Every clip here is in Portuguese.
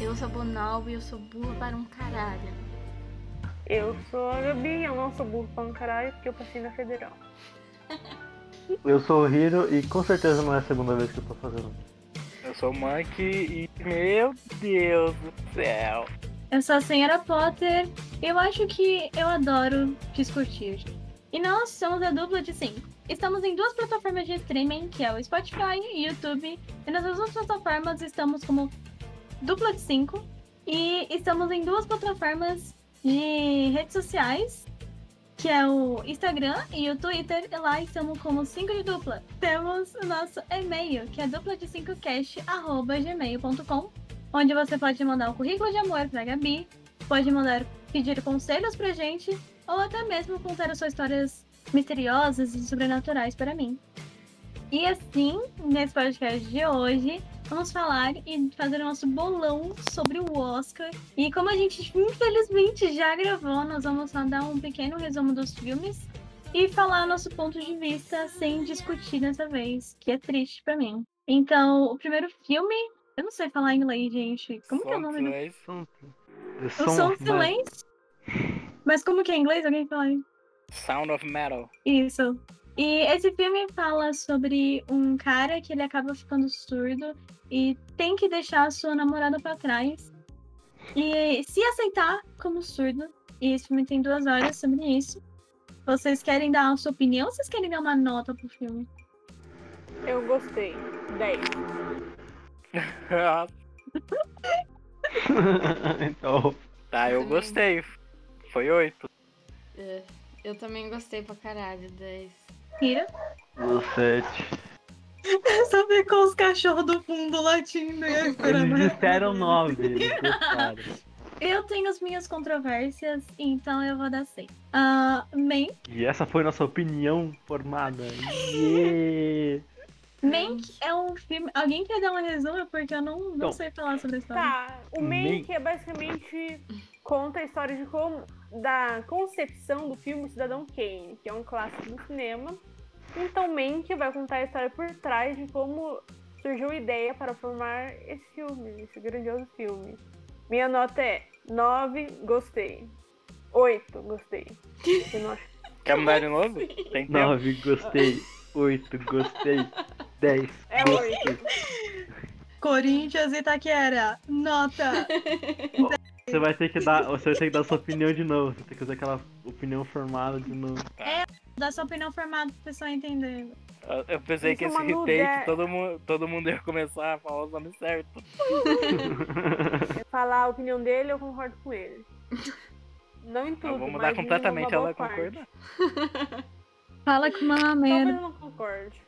Eu sou Bonalva e eu sou burra para um caralho. Eu sou a Gabi, eu não sou burro pra um caralho porque eu passei na federal. Eu sou o Hiro e com certeza não é a segunda vez que eu tô fazendo. Eu sou o Mike e. Meu Deus do céu! Eu sou a senhora Potter. Eu acho que eu adoro discutir. E nós somos a dupla de 5. Estamos em duas plataformas de streaming, que é o Spotify e YouTube. E nas duas plataformas estamos como dupla de 5. E estamos em duas plataformas de redes sociais, que é o Instagram e o Twitter. E lá estamos como 5 de dupla. Temos o nosso e-mail, que é dupla de 5cast.gmail.com, onde você pode mandar o currículo de amor pra Gabi, pode mandar pedir conselhos pra gente, ou até mesmo contar as suas histórias misteriosas e sobrenaturais para mim. E assim, nesse podcast de hoje, vamos falar e fazer o nosso bolão sobre o Oscar. E como a gente infelizmente já gravou, nós vamos só dar um pequeno resumo dos filmes e falar nosso ponto de vista sem discutir dessa vez, que é triste pra mim. Então, o primeiro filme, eu não sei falar em inglês, gente. Como que é o nome do Eu um o som um silêncio. Mas como que é em inglês? Alguém fala aí. Sound of Metal. Isso. E esse filme fala sobre um cara que ele acaba ficando surdo e tem que deixar a sua namorada pra trás e se aceitar como surdo. E esse filme tem duas horas sobre isso. Vocês querem dar a sua opinião ou vocês querem dar uma nota pro filme? Eu gostei. 10. então, tá, eu Também. gostei. Foi oito. É, Eu também gostei pra caralho, 10. Tira. no set. Só ficou os cachorros do fundo latindo né? e Eles é disseram nove. eles gostaram. Eu tenho as minhas controvérsias, então eu vou dar 100. Ah, Man, E essa foi nossa opinião formada. Yeah. Mank é um filme. Alguém quer dar um resumo? Porque eu não, não Então, sei falar sobre a história. Tá, o Mank. Mank é basicamente conta a história de como da concepção do filme Cidadão Kane, que é um clássico do cinema. Então Mank vai contar a história por trás de como surgiu a ideia para formar esse filme, esse grandioso filme. Minha nota é 9, gostei. 8, gostei. Eu não acho Quer mudar de novo? Tem tempo. Nove, gostei. Oito, gostei. Dez. É gostei. Corinthians e Taquera. Nota! Você vai ter que dar. Você vai ter que dar sua opinião de novo. Você tem que usar aquela opinião formada de novo. Dá sua opinião formada pro pessoal entender. Eu- Eu pensei Isso que é esse uma retake nudez. todo mundo, todo mundo ia começar a falar o nome certo. falar a opinião dele, eu concordo com ele. Não em tudo, Tá, Eu vou mas mudar em completamente. uma boa Ela parte. concorda? Fala com uma mameira. Talvez eu não concorde.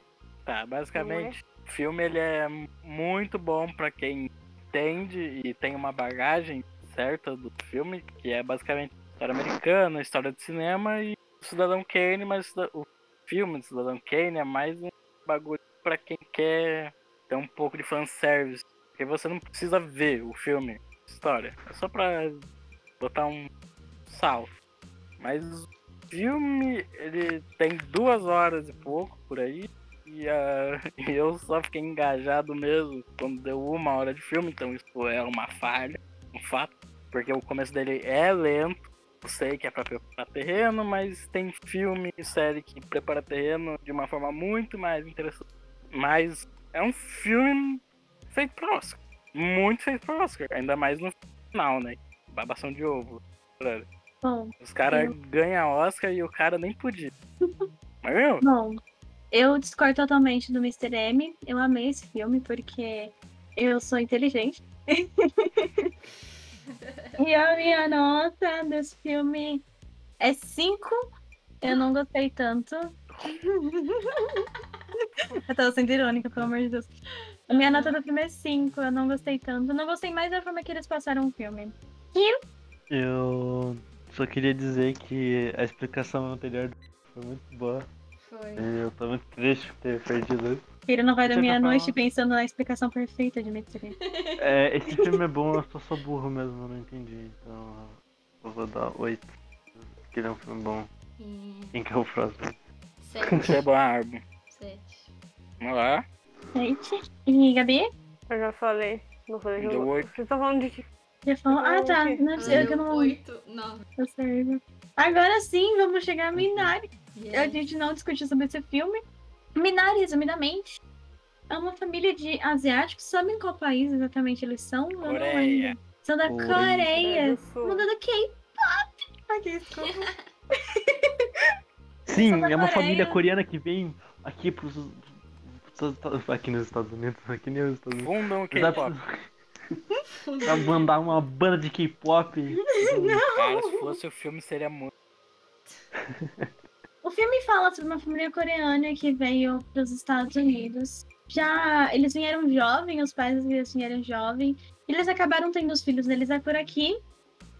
Tá, basicamente, o filme ele é muito bom pra quem entende e tem uma bagagem certa do filme, que é basicamente história americana, história de cinema e o Cidadão Kane, mas o cida- o filme do Cidadão Kane é mais um bagulho pra quem quer ter um pouco de fanservice, porque você não precisa ver o filme, história, é só pra botar um sal. Mas o filme, ele tem duas horas e pouco por aí, e ah, eu só fiquei engajado mesmo quando deu uma hora de filme, então isso é uma falha, um fato, porque o começo dele é lento. Eu sei que é pra preparar terreno, mas tem filme e série que prepara terreno de uma forma muito mais interessante. Mas é um filme feito pro Oscar. Muito feito pro Oscar. Ainda mais no final, né? Babação de ovo. Caralho. Bom, Os caras ganham Oscar e o cara nem podia. Mas, meu, bom. Eu discordo totalmente do Mr. M. Eu amei esse filme porque eu sou inteligente. e a minha nota desse filme é 5. Eu não gostei tanto. Eu tava sendo irônica, pelo amor de Deus. A minha nota do filme é 5, eu não gostei tanto. Não gostei mais da forma que eles passaram o filme. Eu só queria dizer que a explicação anterior foi muito boa. Foi. É. E eu tô muito triste por ter perdido. Ele não vai Deixa dormir eu à falar. noite pensando na explicação perfeita de Mitri. É, esse filme é bom, eu só sou burro mesmo, eu não entendi. Então eu vou dar oito. Porque ele é um filme bom. E Quem que é o Frosty? 7. você é boa árvore. 7. Vamos lá. Gente. E Gabi? Eu já falei. Não falei Deu que eu- oito. Vocês estão falando de que. Já falou. Ah, tá. Não, eu que eu não ouvi. 8, 9. Tá certo. Agora sim, vamos chegar a Minari. A Uhum. gente não discutiu sobre esse filme. Minari, resumidamente, é uma família de asiáticos. Sabem qual país exatamente eles são? Eu não Coreia. lembro. São da Coreia. Coreia. do Sul. Mundo do K-pop. Ai, desculpa. Sim, da é uma Coreia. família coreana que vem aqui pros. pros- pros- Aqui nos Estados Unidos, aqui nos Estados Unidos. Fundam o um K-pop. Pra mandar uma banda de K-pop. um Cara, se fosse o filme, seria muito. O filme fala sobre uma família coreana que veio para os Estados Unidos. Já eles vieram jovem, os pais deles vieram jovem. Eles acabaram tendo os filhos deles é por aqui,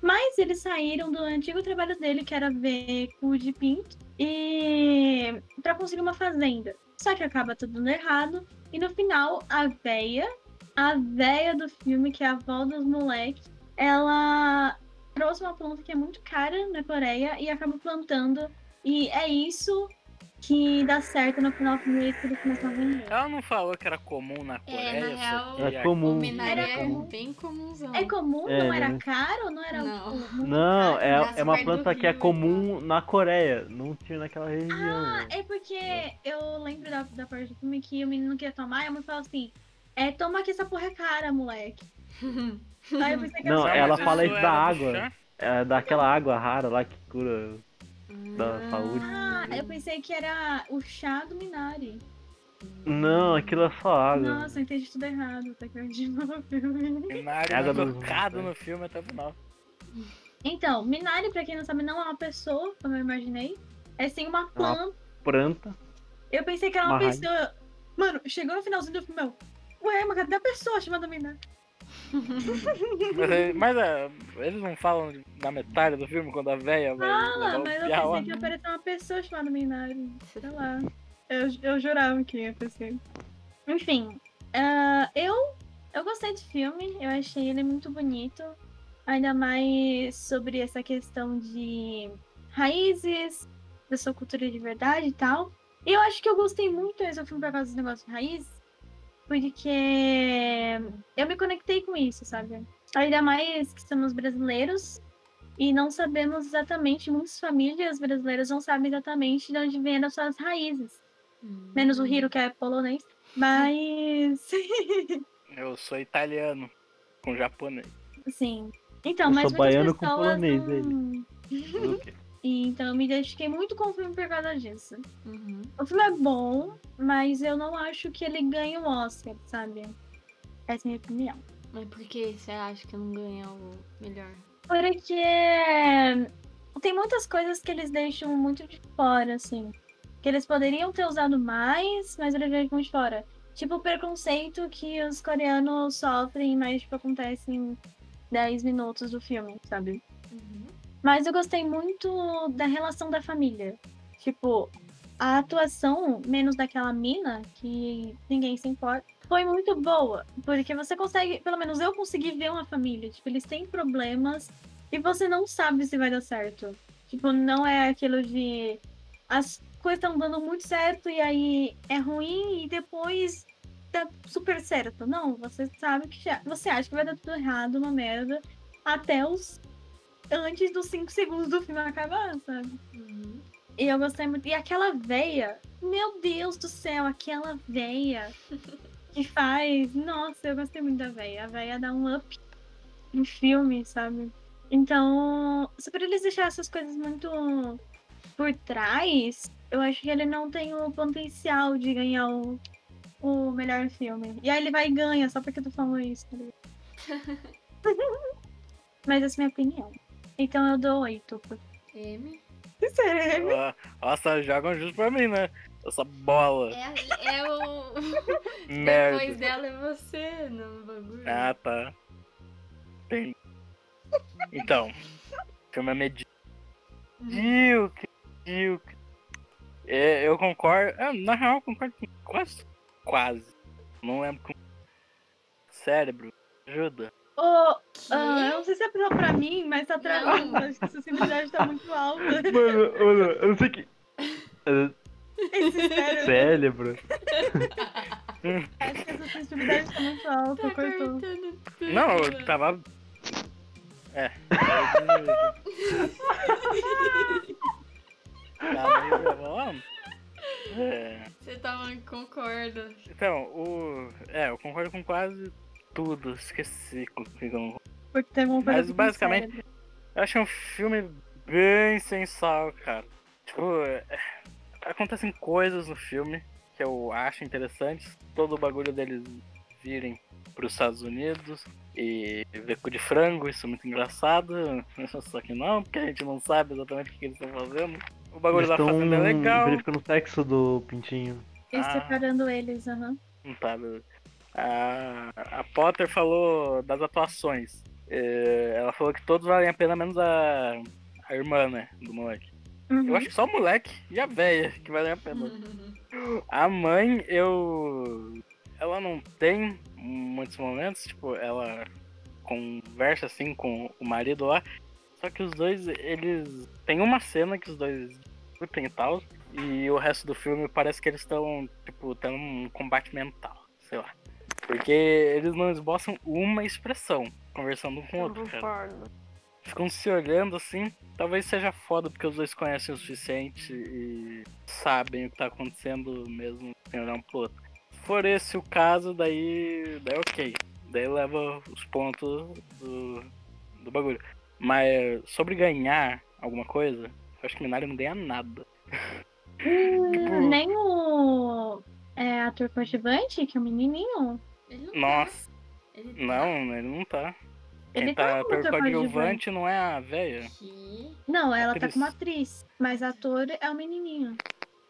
mas eles saíram do antigo trabalho dele, que era ver cu de pinto, e para conseguir uma fazenda. Só que acaba tudo dando errado e no final a véia, a véia do filme, que é a avó dos moleques, ela trouxe uma planta que é muito cara na Coreia e acaba plantando e é isso que dá certo no final do mês que ele começa a vender. Ela não falou que era comum na É, Coreia. na real, isso aqui, É aqui. o comum. Minari Era é comum. bem comunzão. É comum? É, não era né? caro? Não era Uhum. Não. comum? Não, Ah, é, nasce é uma perto do planta que é rio, comum na Coreia, não tinha naquela região. Ah, É porque eu lembro da, da parte do filme que o menino queria tomar e a mãe fala assim: é, toma que essa porra é cara, moleque. Aí eu pensei que era Não, só ela pra- mas fala isso da era do água. chá? É daquela água rara lá que cura. Da Ah, saúde. Ah, eu pensei que era o chá do Minari. Não, aquilo é só água. Nossa, eu entendi tudo errado. Tá que de novo o filme. Minari Água foi do- tocado no filme é até o final. Então, Minari, pra quem não sabe, não é uma pessoa, como eu imaginei. É sim uma planta. Planta. Eu pensei que era uma Ah, Uma raiva. pessoa. Mano, chegou no finalzinho do filme. eu, Ué, mas cadê a pessoa chamada Minari? Mas, é- mas é, eles não falam de- na metade do filme quando a véia vai levar Fala, o mas eu piau lá. pensei que ia aparecer uma pessoa chamada Minari. Sei lá. Eu, eu jurava que ia aparecer. Enfim, ah, eu, eu gostei do filme. Eu achei ele muito bonito. Ainda mais sobre essa questão de raízes, da sua cultura de verdade e tal. E eu acho que eu gostei muito desse filme por causa dos negócios de raiz. Porque eu me conectei com isso, sabe? Ainda mais que somos brasileiros e não sabemos exatamente, muitas famílias brasileiras não sabem exatamente de onde vêm as suas raízes. Uhum. Menos Uhum. o Hiro, que é polonês. Mas. Eu sou italiano com japonês. Sim. Então, Eu mas sou muitas baiano com pessoas polonês, não- E Então eu me identifiquei muito com o filme por causa disso. Uhum. O filme é bom, mas eu não acho que ele ganhe o Oscar, sabe? Essa é a minha opinião. Mas por que você acha que não ganha o melhor? Porque tem muitas coisas que eles deixam muito de fora, assim. Que eles poderiam ter usado mais, mas eles deixam de fora. Tipo o preconceito que os coreanos sofrem, mas tipo, acontece em 10 minutos do filme, sabe? Uhum. Mas eu gostei muito da relação da família. Tipo, a atuação, menos daquela mina, que ninguém se importa, foi muito boa. Porque você consegue, pelo menos eu consegui ver uma família. Tipo, eles têm problemas e você não sabe se vai dar certo. Tipo, não é aquilo de. As coisas estão dando muito certo e aí é ruim e depois dá super certo. Não, você sabe que já- você acha que vai dar tudo errado, uma merda, até os antes dos 5 segundos do filme acabar, sabe? Uhum. E eu gostei muito. E aquela veia, meu Deus do céu, aquela veia que faz. Nossa, eu gostei muito da veia. A veia dá um up no filme, sabe? Então, se pra eles deixarem essas coisas muito por trás, eu acho que ele não tem o potencial de ganhar o, o melhor filme. E aí ele vai e ganha, só porque tu falou isso. tá ligado? Mas essa é a minha opinião. Então eu dou oito. M? Sério? Ela- Nossa, jogam justo pra mim, né? Essa bola. É, é o. Depois Merda. dela é você no bagulho. Ah, tá. Tem. Então, o filme é medíocre. Medíocre, medíocre. É, eu concordo. é, na real, eu concordo com quase. Quase. Não lembro como. Cérebro, ajuda. Ô, Que? ah, eu não sei se é só pra mim, mas tá travando. Não. Acho que a sensibilidade tá muito alta. Mano, olha, eu não sei que. Esse cérebro. Cérebro. Acho que essa sensibilidade tá muito alta, cortou. cortando tudo. Não, tá. eu tava. É. Tava Tá meio bom. É, Você tava concordo. Então, o. É, eu concordo com quase tudo. Esqueci com o que eu. Porque tem alguma coisa. Mas com o basicamente- cérebro. Eu achei um filme bem sem sal, cara. Tipo, é, acontecem coisas no filme que eu acho interessantes. Todo o bagulho deles virem para os Estados Unidos e ver cu de frango, isso é muito engraçado. Só que não, porque a gente não sabe exatamente o que eles estão fazendo. O bagulho Eles da estão fazenda é legal. verificando o sexo do pintinho. E Ah. separando eles, aham. Não tá, né? A, a Potter falou das atuações. É, Ela falou que todos valem a pena, menos a, a irmã, né? Do moleque. Eu Uhum. acho que só o moleque e a véia que valem a Uhum. pena. A mãe, eu. Ela não tem muitos momentos, tipo, ela conversa assim com o marido lá. Só que os dois, eles. Tem uma cena que os dois discutem e tal. E o resto do filme parece que eles estão, tipo, tendo um combate mental, sei lá. Porque eles não esboçam uma expressão conversando um com o Eu outro, cara concordo. ficam se olhando assim. Talvez seja foda porque os dois conhecem o suficiente e sabem o que tá acontecendo mesmo sem olhar um pro outro. Se for esse o caso, daí, daí é ok. Daí leva os pontos do, do bagulho. Mas sobre ganhar alguma coisa, eu acho que Minari não ganha nada. Tipo- Hum, Nem o é, ator coadjuvante, que é o menininho. Ele não tá. Nossa, Ele tá não, ele não tá. Ele Quem tá tá como ator coadjuvante. percoadjuvante não é a véia. aqui. Não, ela tá Atriz. como atriz, mas ator é o menininho.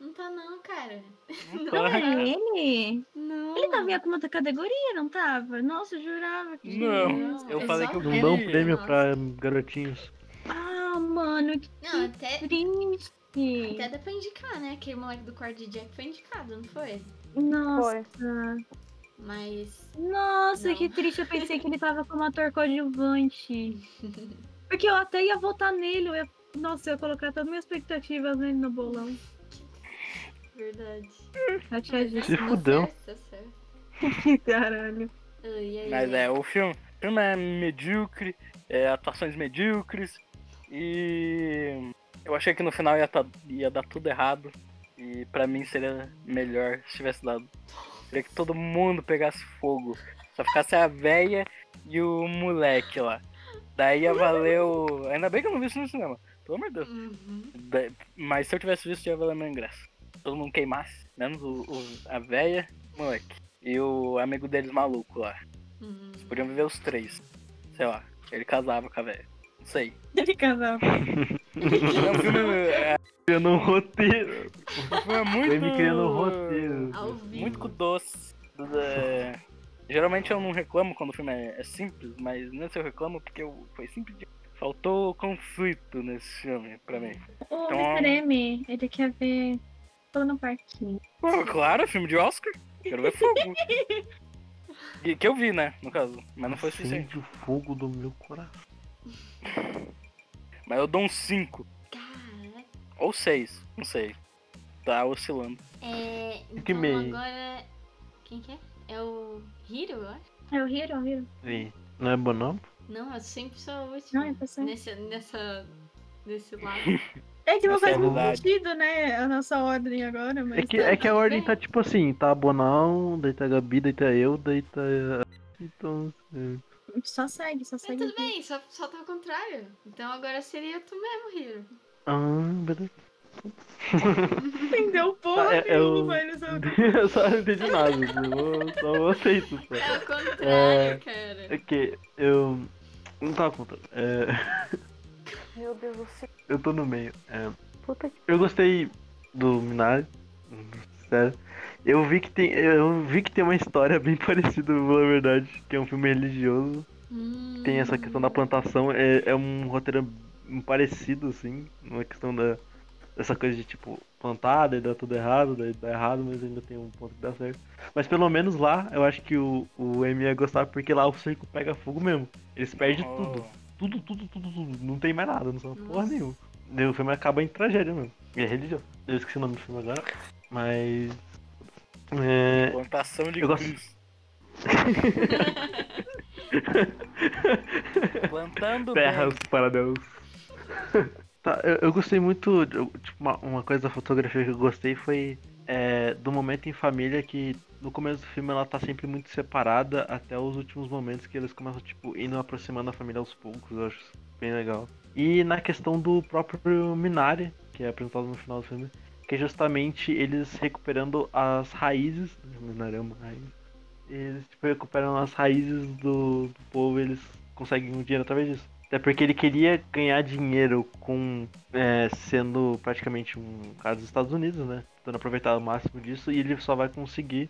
Não tá não, cara. Não tá. é ele? Não. Ele tava em alguma outra categoria, não tava? Nossa, eu jurava que... Não, eu Não, falei que eu Não dão um Ih, queria. um prêmio nossa. pra garotinhos. Ah, mano, que Não, até, triste. até dá pra indicar, né? Aquele moleque do quarto de Jack foi indicado, não foi? Nossa, Foi. Mas. nossa, Não. que triste. Eu pensei que ele tava como ator coadjuvante. Porque eu até ia votar nele. Eu ia... Nossa, eu ia colocar todas as minhas expectativas nele no bolão. Verdade. Eu tinha Se fudeu. Tá certo. caralho. Ah, e aí? Mas é, o filme, o filme é medíocre, é, atuações medíocres, e eu achei que no final ia, tá- ia dar tudo errado, e pra mim seria melhor se tivesse dado. Seria que todo mundo pegasse fogo, só ficasse a véia e o moleque lá. Daí ia valer o... Ainda bem que eu não vi isso no cinema, pelo amor de Deus. Uhum. Da- Mas se eu tivesse visto, ia valer meu ingresso. Todo mundo queimasse, menos o, o- a véia, o moleque. E o amigo deles maluco lá. Uhum. Podiam viver os três. Sei lá, ele casava com a velha. Não sei. Ele casava. É um filme, é, Criando um roteiro. um filme é O M criando um muito. roteiro. Uhum. Ao vivo. Muito doce. É, geralmente eu não reclamo quando o filme é, é simples, mas nesse eu reclamo porque eu, foi simples. de- Faltou conflito nesse filme pra mim. O Então- Mr. M, ele quer ver. Tô no parquinho. Pô, claro, é filme de Oscar. Quero ver fogo. Que, que eu vi, né, no caso. Mas não foi o suficiente. Acende o fogo do meu coração. Mas eu dou um 5. Caraca. Ou 6. Não sei. Tá oscilando. É. Então Que meio. agora. Quem que é? É o Hiro, eu acho? É o Hiro, o Hiro. Sim. Não é bom não? Não, eu sempre sou a última. Não, é você. Nesse, nessa. Nesse lado. É que não Essa é faz a verdade. sentido, né? A nossa ordem agora, mas. É que, é que a ordem tá tipo assim, tá Bonal, daí tá Gabi, daí tá eu, daí tá. Então. é. Só segue, só Mas segue. tudo bem, só, só tá ao contrário. Então agora seria tu mesmo, Hiro. Ah, beleza. Entendeu porra Ah, é- é nenhuma, o- velho, só- eu só não entendi nada, só vou- só vou aceito. Só. É ao contrário, É. cara. É que eu. Não tava contando. É, Meu Deus do céu. eu tô no meio. É, Puta que eu gostei do Minari. Sério. Eu vi que tem. Eu vi que tem uma história bem parecida, na verdade, que é um filme religioso. Hum. tem essa questão da plantação, é, é um roteiro parecido, assim, uma questão da dessa coisa de tipo plantar, daí dá tudo errado, daí dá errado, mas ainda tem um ponto que dá certo. Mas pelo menos lá, eu acho que o, o M ia gostar, porque lá o circo pega fogo mesmo. Eles perdem É Oh. tudo, tudo, tudo, tudo, tudo. Não tem mais nada, não são porra Nossa. nenhuma. Daí o filme acaba em tragédia mesmo. E é religião. Eu esqueci o nome do filme agora, mas. É, Plantação de Eu gosto- cruz. Plantando Terras bem. para Deus. Tá, eu, eu gostei muito. eu- tipo, uma, uma coisa da fotografia que eu gostei foi é, do momento em família que no começo do filme ela tá sempre muito separada até os últimos momentos que eles começam, tipo, indo aproximando a família aos poucos. Eu acho isso bem legal. E na questão do próprio Minari, que é apresentado no final do filme, que é justamente eles recuperando as raízes. Minari é uma raiz. Eles tipo, recuperam as raízes do, do povo e eles conseguem um dinheiro através disso. Até porque ele queria ganhar dinheiro com é, sendo praticamente um cara dos Estados Unidos, né? Tentando aproveitar o máximo disso e ele só vai conseguir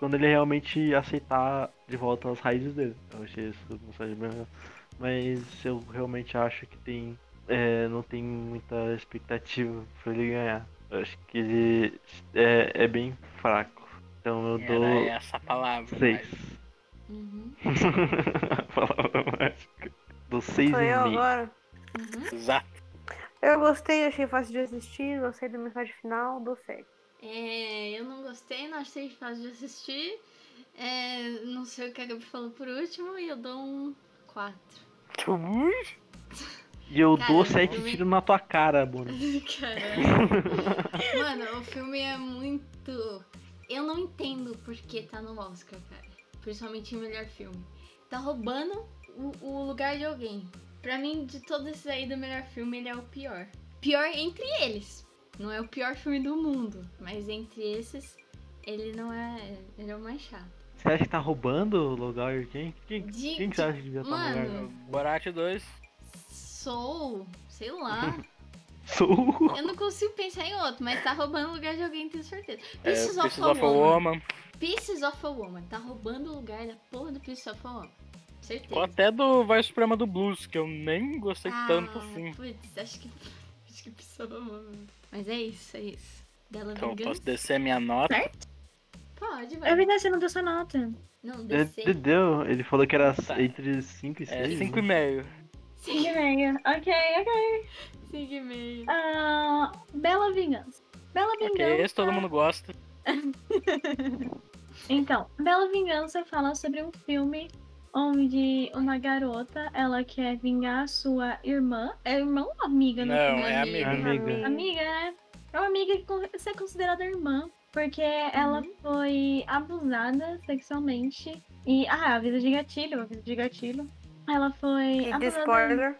quando ele realmente aceitar de volta as raízes dele. Eu achei isso uma mensagem bem legal. Mas eu realmente acho que tem. é, não tem muita expectativa pra ele ganhar. Eu acho que ele é, é bem fraco. Então eu dou Era essa a palavra. seis. mas- Uhum, A palavra mágica. Dou seis um Sou e eu meio. agora. uhum. Exato. Eu gostei, achei fácil de assistir, gostei da mensagem final, dou 7. É, eu não gostei, não achei fácil de assistir. É, não sei o que a Gabi falou por último e eu dou um 4. Ui, E eu Cara, dou eu sete também- tiros na tua cara, Bruno. Caramba. Mano, o filme é muito. Eu não entendo porque tá no Oscar, cara. Principalmente em melhor filme. Tá roubando o, o lugar de alguém. Pra mim, de todos esses aí do melhor filme, ele é o pior. Pior entre eles. Não é o pior filme do mundo. Mas entre esses, ele não é. Ele é o mais chato. Você acha que tá roubando o lugar de quem? Quem, De- quem que você acha que devia estar no lugar? Mano. Borat 2. Sou, sei lá. Sou. Eu não consigo pensar em outro, mas tá roubando o lugar de alguém, tenho certeza. É, Pieces of Pieces a of a Woman. Woman. Pieces of a Woman. Tá roubando o lugar da porra do Pieces of a Woman. Certeza. Ou até do Voz Suprema do Blues, que eu nem gostei ah, tanto assim. Putz, acho que. Acho que Pieces of a Woman. Mas é isso, é isso. Dela Então eu posso vingança. descer minha nota. Pode, É vai. verdade, você não deu sua nota. Não, Ele descer. deu, É, ele falou que era Tá. entre 5 e né? 6. É 5,5. Cinco e meia. Ok, ok. Siga e meio. Ah, Bela Vingança. Bela Ok, Vingança. esse tá todo mundo gosta. Então, Bela Vingança fala sobre um filme onde uma garota, ela quer vingar sua irmã. É irmã ou amiga? Não, filme? é amiga. amigo. Amiga. Amiga, né? É uma amiga que con- é considerada irmã, porque ela foi abusada sexualmente. E, ah, aviso de gatilho, aviso de gatilho. Ela foi E de abusada- spoiler,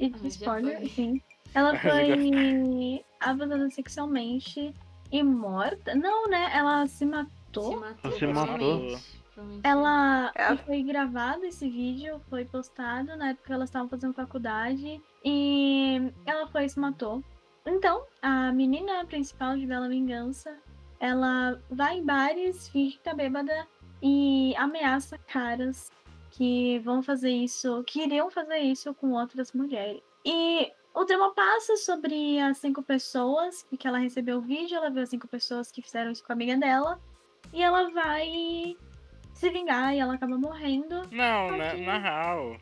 E Ah, de já spoiler, foi. enfim. Ela foi abusada sexualmente e morta. Não, né? Ela se matou. Se matou. Você matou. provavelmente. Provavelmente. Ela É. e foi gravado esse vídeo, foi postado na época que elas estavam fazendo faculdade e ela foi e se matou. Então, a menina principal de Bela Vingança, ela vai em bares, finge que tá bêbada e ameaça caras que vão fazer isso, que iriam fazer isso com outras mulheres. E o drama passa sobre as cinco pessoas, que ela recebeu o vídeo, ela viu as cinco pessoas que fizeram isso com a amiga dela, e ela vai se vingar e ela acaba morrendo. Não, na, Ok. na real.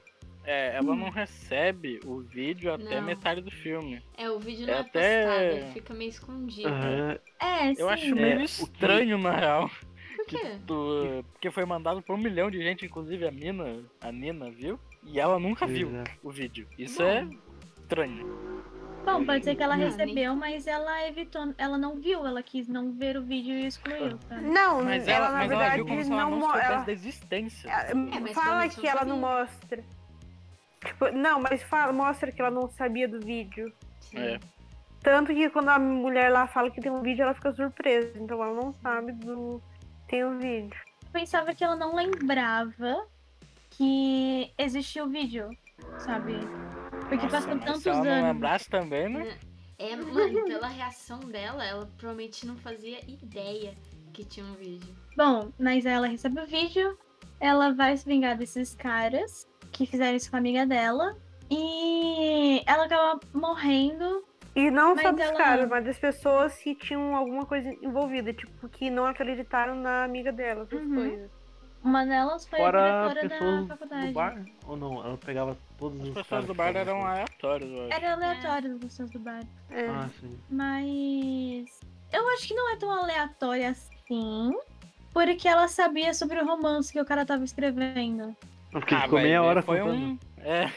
é, ela não recebe o vídeo até Hum. Não. metade do filme. É, o vídeo É não é, até- postado, ele fica meio escondido. Aham, É, sim. Eu acho É, meio o que- estranho, na real. Por quê? do- porque foi mandado por um milhão de gente, inclusive a Mina, a Nina, viu? E ela nunca pois viu é. o vídeo. Isso Bom. é estranho. Bom, pode ser que ela Não, nem- recebeu, mas ela evitou, ela não viu, ela quis não ver o vídeo e excluiu, tá? sabe? Não, Mas ela, ela, na mas ela verdade viu como se ela não não mo- soubesse ela- da existência. É, ela- mas fala provavelmente que ela ela não sabia. mostra. Tipo, não, mas fala, mostra que ela não sabia do vídeo. Sim. É. Tanto que quando a mulher lá fala que tem um vídeo, ela fica surpresa. Então ela não sabe do. Tem um vídeo. Eu pensava que ela não lembrava que existia o vídeo, sabe? Porque Nossa, passou mas tantos se ela não anos. lembrasse também, né? É, mano, pela reação dela, ela provavelmente não fazia ideia que tinha um vídeo. Bom, mas aí ela recebe o vídeo, ela vai se vingar desses caras que fizeram isso com a amiga dela. E ela acaba morrendo. E não só Mas dos ela- caras, mas das pessoas que tinham alguma coisa envolvida. Tipo, que não acreditaram na amiga dela, essas Uhum. coisas. Uma delas foi a Fora diretora pessoas da faculdade. do bar? Ou não? Ela pegava todos As os pessoas caras do que bar estavam eram lá. aleatórias, eu É acho. Era aleatório as pessoas do bar. É. Ah, sim. Mas eu acho que não é tão aleatória assim. porque ela sabia sobre o romance que o cara tava escrevendo. Porque Ah, ficou mas meia ele hora foi contando. um. É,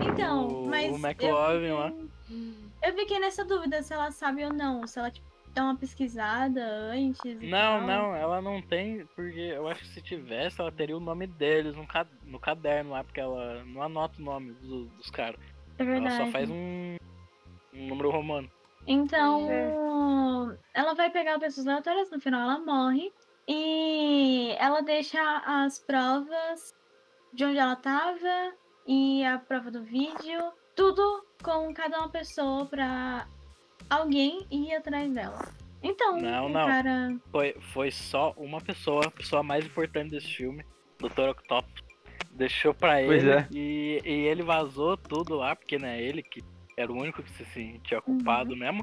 Então, O- mas. o eu McLovin lá. fiquei- Hum, Eu fiquei nessa dúvida se ela sabe ou não. Se ela tipo, dá uma pesquisada antes. e Não, tal. não, ela não tem, porque eu acho que se tivesse, ela teria o nome deles no, ca- no caderno lá, porque ela não anota o nome do- dos caras. É Ela verdade. só faz um, um número romano. Então, É. ela vai pegar pessoas aleatórias, no final ela morre. E ela deixa as provas de onde ela tava e a prova do vídeo, tudo com cada uma pessoa pra alguém ir atrás dela. Então, Não, o não. cara. Foi, foi só uma pessoa, a pessoa mais importante desse filme, Dr. Octopus, deixou pra ele. Pois é. E, e ele vazou tudo lá, porque né, ele que era o único que se sentia culpado mesmo.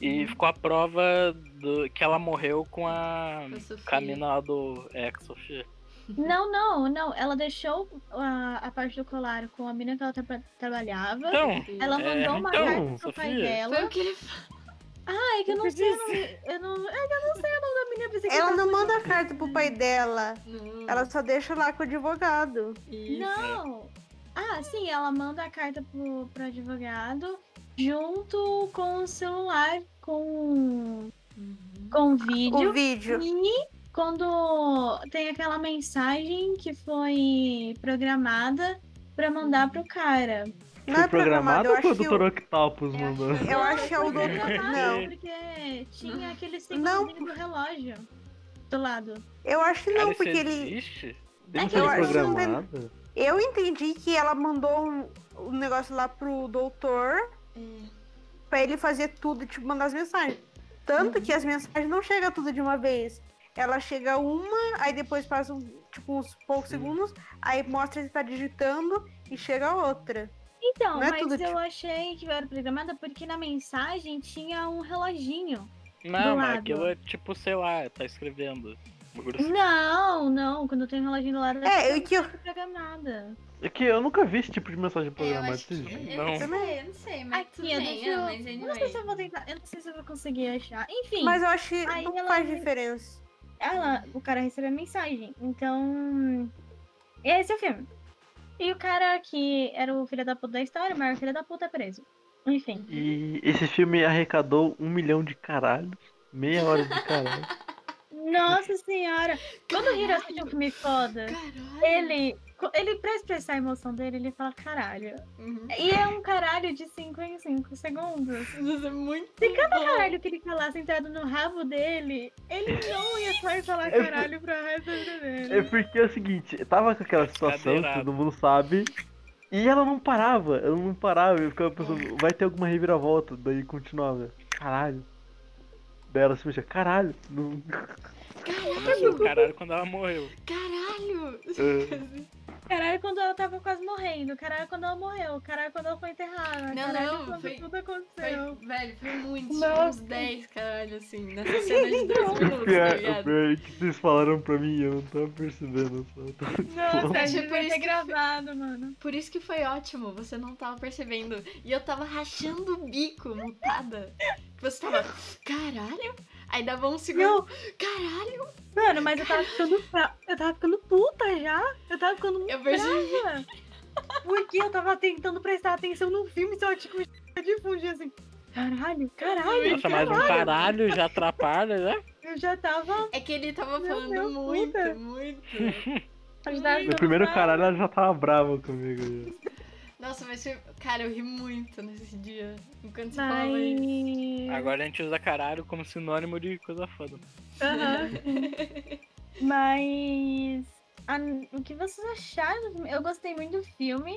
E ficou a prova do, que ela morreu com a, Com a Sofia. com a mina lá do. É, com a Sofia. Não, não, não. Ela deixou a, a parte do colar com a mina que ela tra- trabalhava. Então, Ela É, mandou uma então, carta pro pai Sofia. dela. Foi o que ele falou. Ah, é que eu não Eu sei, eu não, disse. eu não, é que eu não sei o nome da menina. eu pensei que Ela tava não falando- manda carta pro pai dela. Não, Ela só deixa lá com o advogado. isso. Não! Ah, sim, ela manda a carta pro, pro advogado junto com o celular, com, Uhum. com o O vídeo. vídeo. E quando tem aquela mensagem que foi programada pra mandar pro cara. Não é Foi programado programado, eu ou foi o acho que. Dr. o- Octopus Eu mandou? acho que- Eu acho que é o Foi doutor. programado Não. Porque tinha aquele Não. símbolozinho do relógio do lado. Eu acho que Cara, não, é isso é porque ele. existe? Não que foi eu acho que não tem- programado? Eu entendi que ela mandou um, um negócio lá pro doutor É. pra ele fazer tudo, tipo, mandar as mensagens. Tanto que as mensagens não chegam tudo de uma vez. Ela chega uma, aí depois passa um, tipo, uns poucos segundos, aí mostra que tá digitando e chega outra. Então, Não é mas tudo eu tipo- achei que era programada porque na mensagem tinha um reloginho. Não, mas lado. aquilo é tipo, sei lá, tá escrevendo. Bagulho assim. Não, não, quando tem um reloginho do lado da É, eu que eu- assim. programada. É que eu nunca vi esse tipo de mensagem Eu programada. acho que... é. Vocês viram? Eu não Não. sei, eu não sei, mas Aqui, tudo eu bem. deixo- ah, mas Eu não sei anyway. se eu vou tentar, eu não sei se eu vou conseguir achar. Enfim, Mas eu acho que Aí não ela faz me- diferença. ela, o cara recebeu a mensagem. Então, esse é o filme. E o cara que era o filho da puta da história, o maior filho da puta é preso. Enfim, E esse filme arrecadou um milhão de caralhos. Meia hora de caralho. nossa senhora! Quando o Hiro assiste um filme foda, Caralho. ele, ele, pra expressar a emoção dele, ele fala caralho. Uhum. E é um caralho de 5 em 5 segundos. Isso é muito Se cada bom. caralho que ele falasse entrado no rabo dele, ele não ia só falar É por- caralho pro resto da vida É dele. porque é o seguinte, tava com aquela situação que Cadeirada. todo mundo sabe. E ela não parava, ela não parava, eu ficava pensando, vai ter alguma reviravolta, daí continuava, caralho. Daí ela se mexia, caralho, não- Começou o caralho quando ela morreu. Caralho. Caralho quando ela tava quase morrendo, caralho quando ela morreu, caralho quando ela foi enterrada, Não, caralho não, quando foi- tudo aconteceu. Foi, velho, foi muito. tipo, Uns Nossa. 10, caralho, assim, nessa cena de dois O minutos, tá pior, o ligado? pior é que vocês falaram pra mim, eu não tava percebendo. Só tava- Nossa, a Acho gente por tipo vai isso ter que foi- gravado, mano. Por isso que foi ótimo, você não tava percebendo. E eu tava rachando o bico, mutada. Você tava, caralho? Aí dava um segundo, caralho? Mano, mas eu tava ficando. pra- Eu tava ficando puta já. Eu tava ficando muito Eu percebi. brava. Porque eu tava tentando prestar atenção num filme, só tipo, de fugir assim. Caralho, caralho, Nossa, mas um caralho já atrapalha, né? eu já tava. É que ele tava Meu falando Deus, muito, puta. muito. eu já tava No ficando primeiro brava. caralho ela já tava brava comigo. Nossa, mas foi... cara, eu ri muito nesse dia. Enquanto você falava isso. Mas... Agora a gente usa caralho como sinônimo de coisa foda. Aham. Mas a- o que vocês acharam? do filme? Eu gostei muito do filme,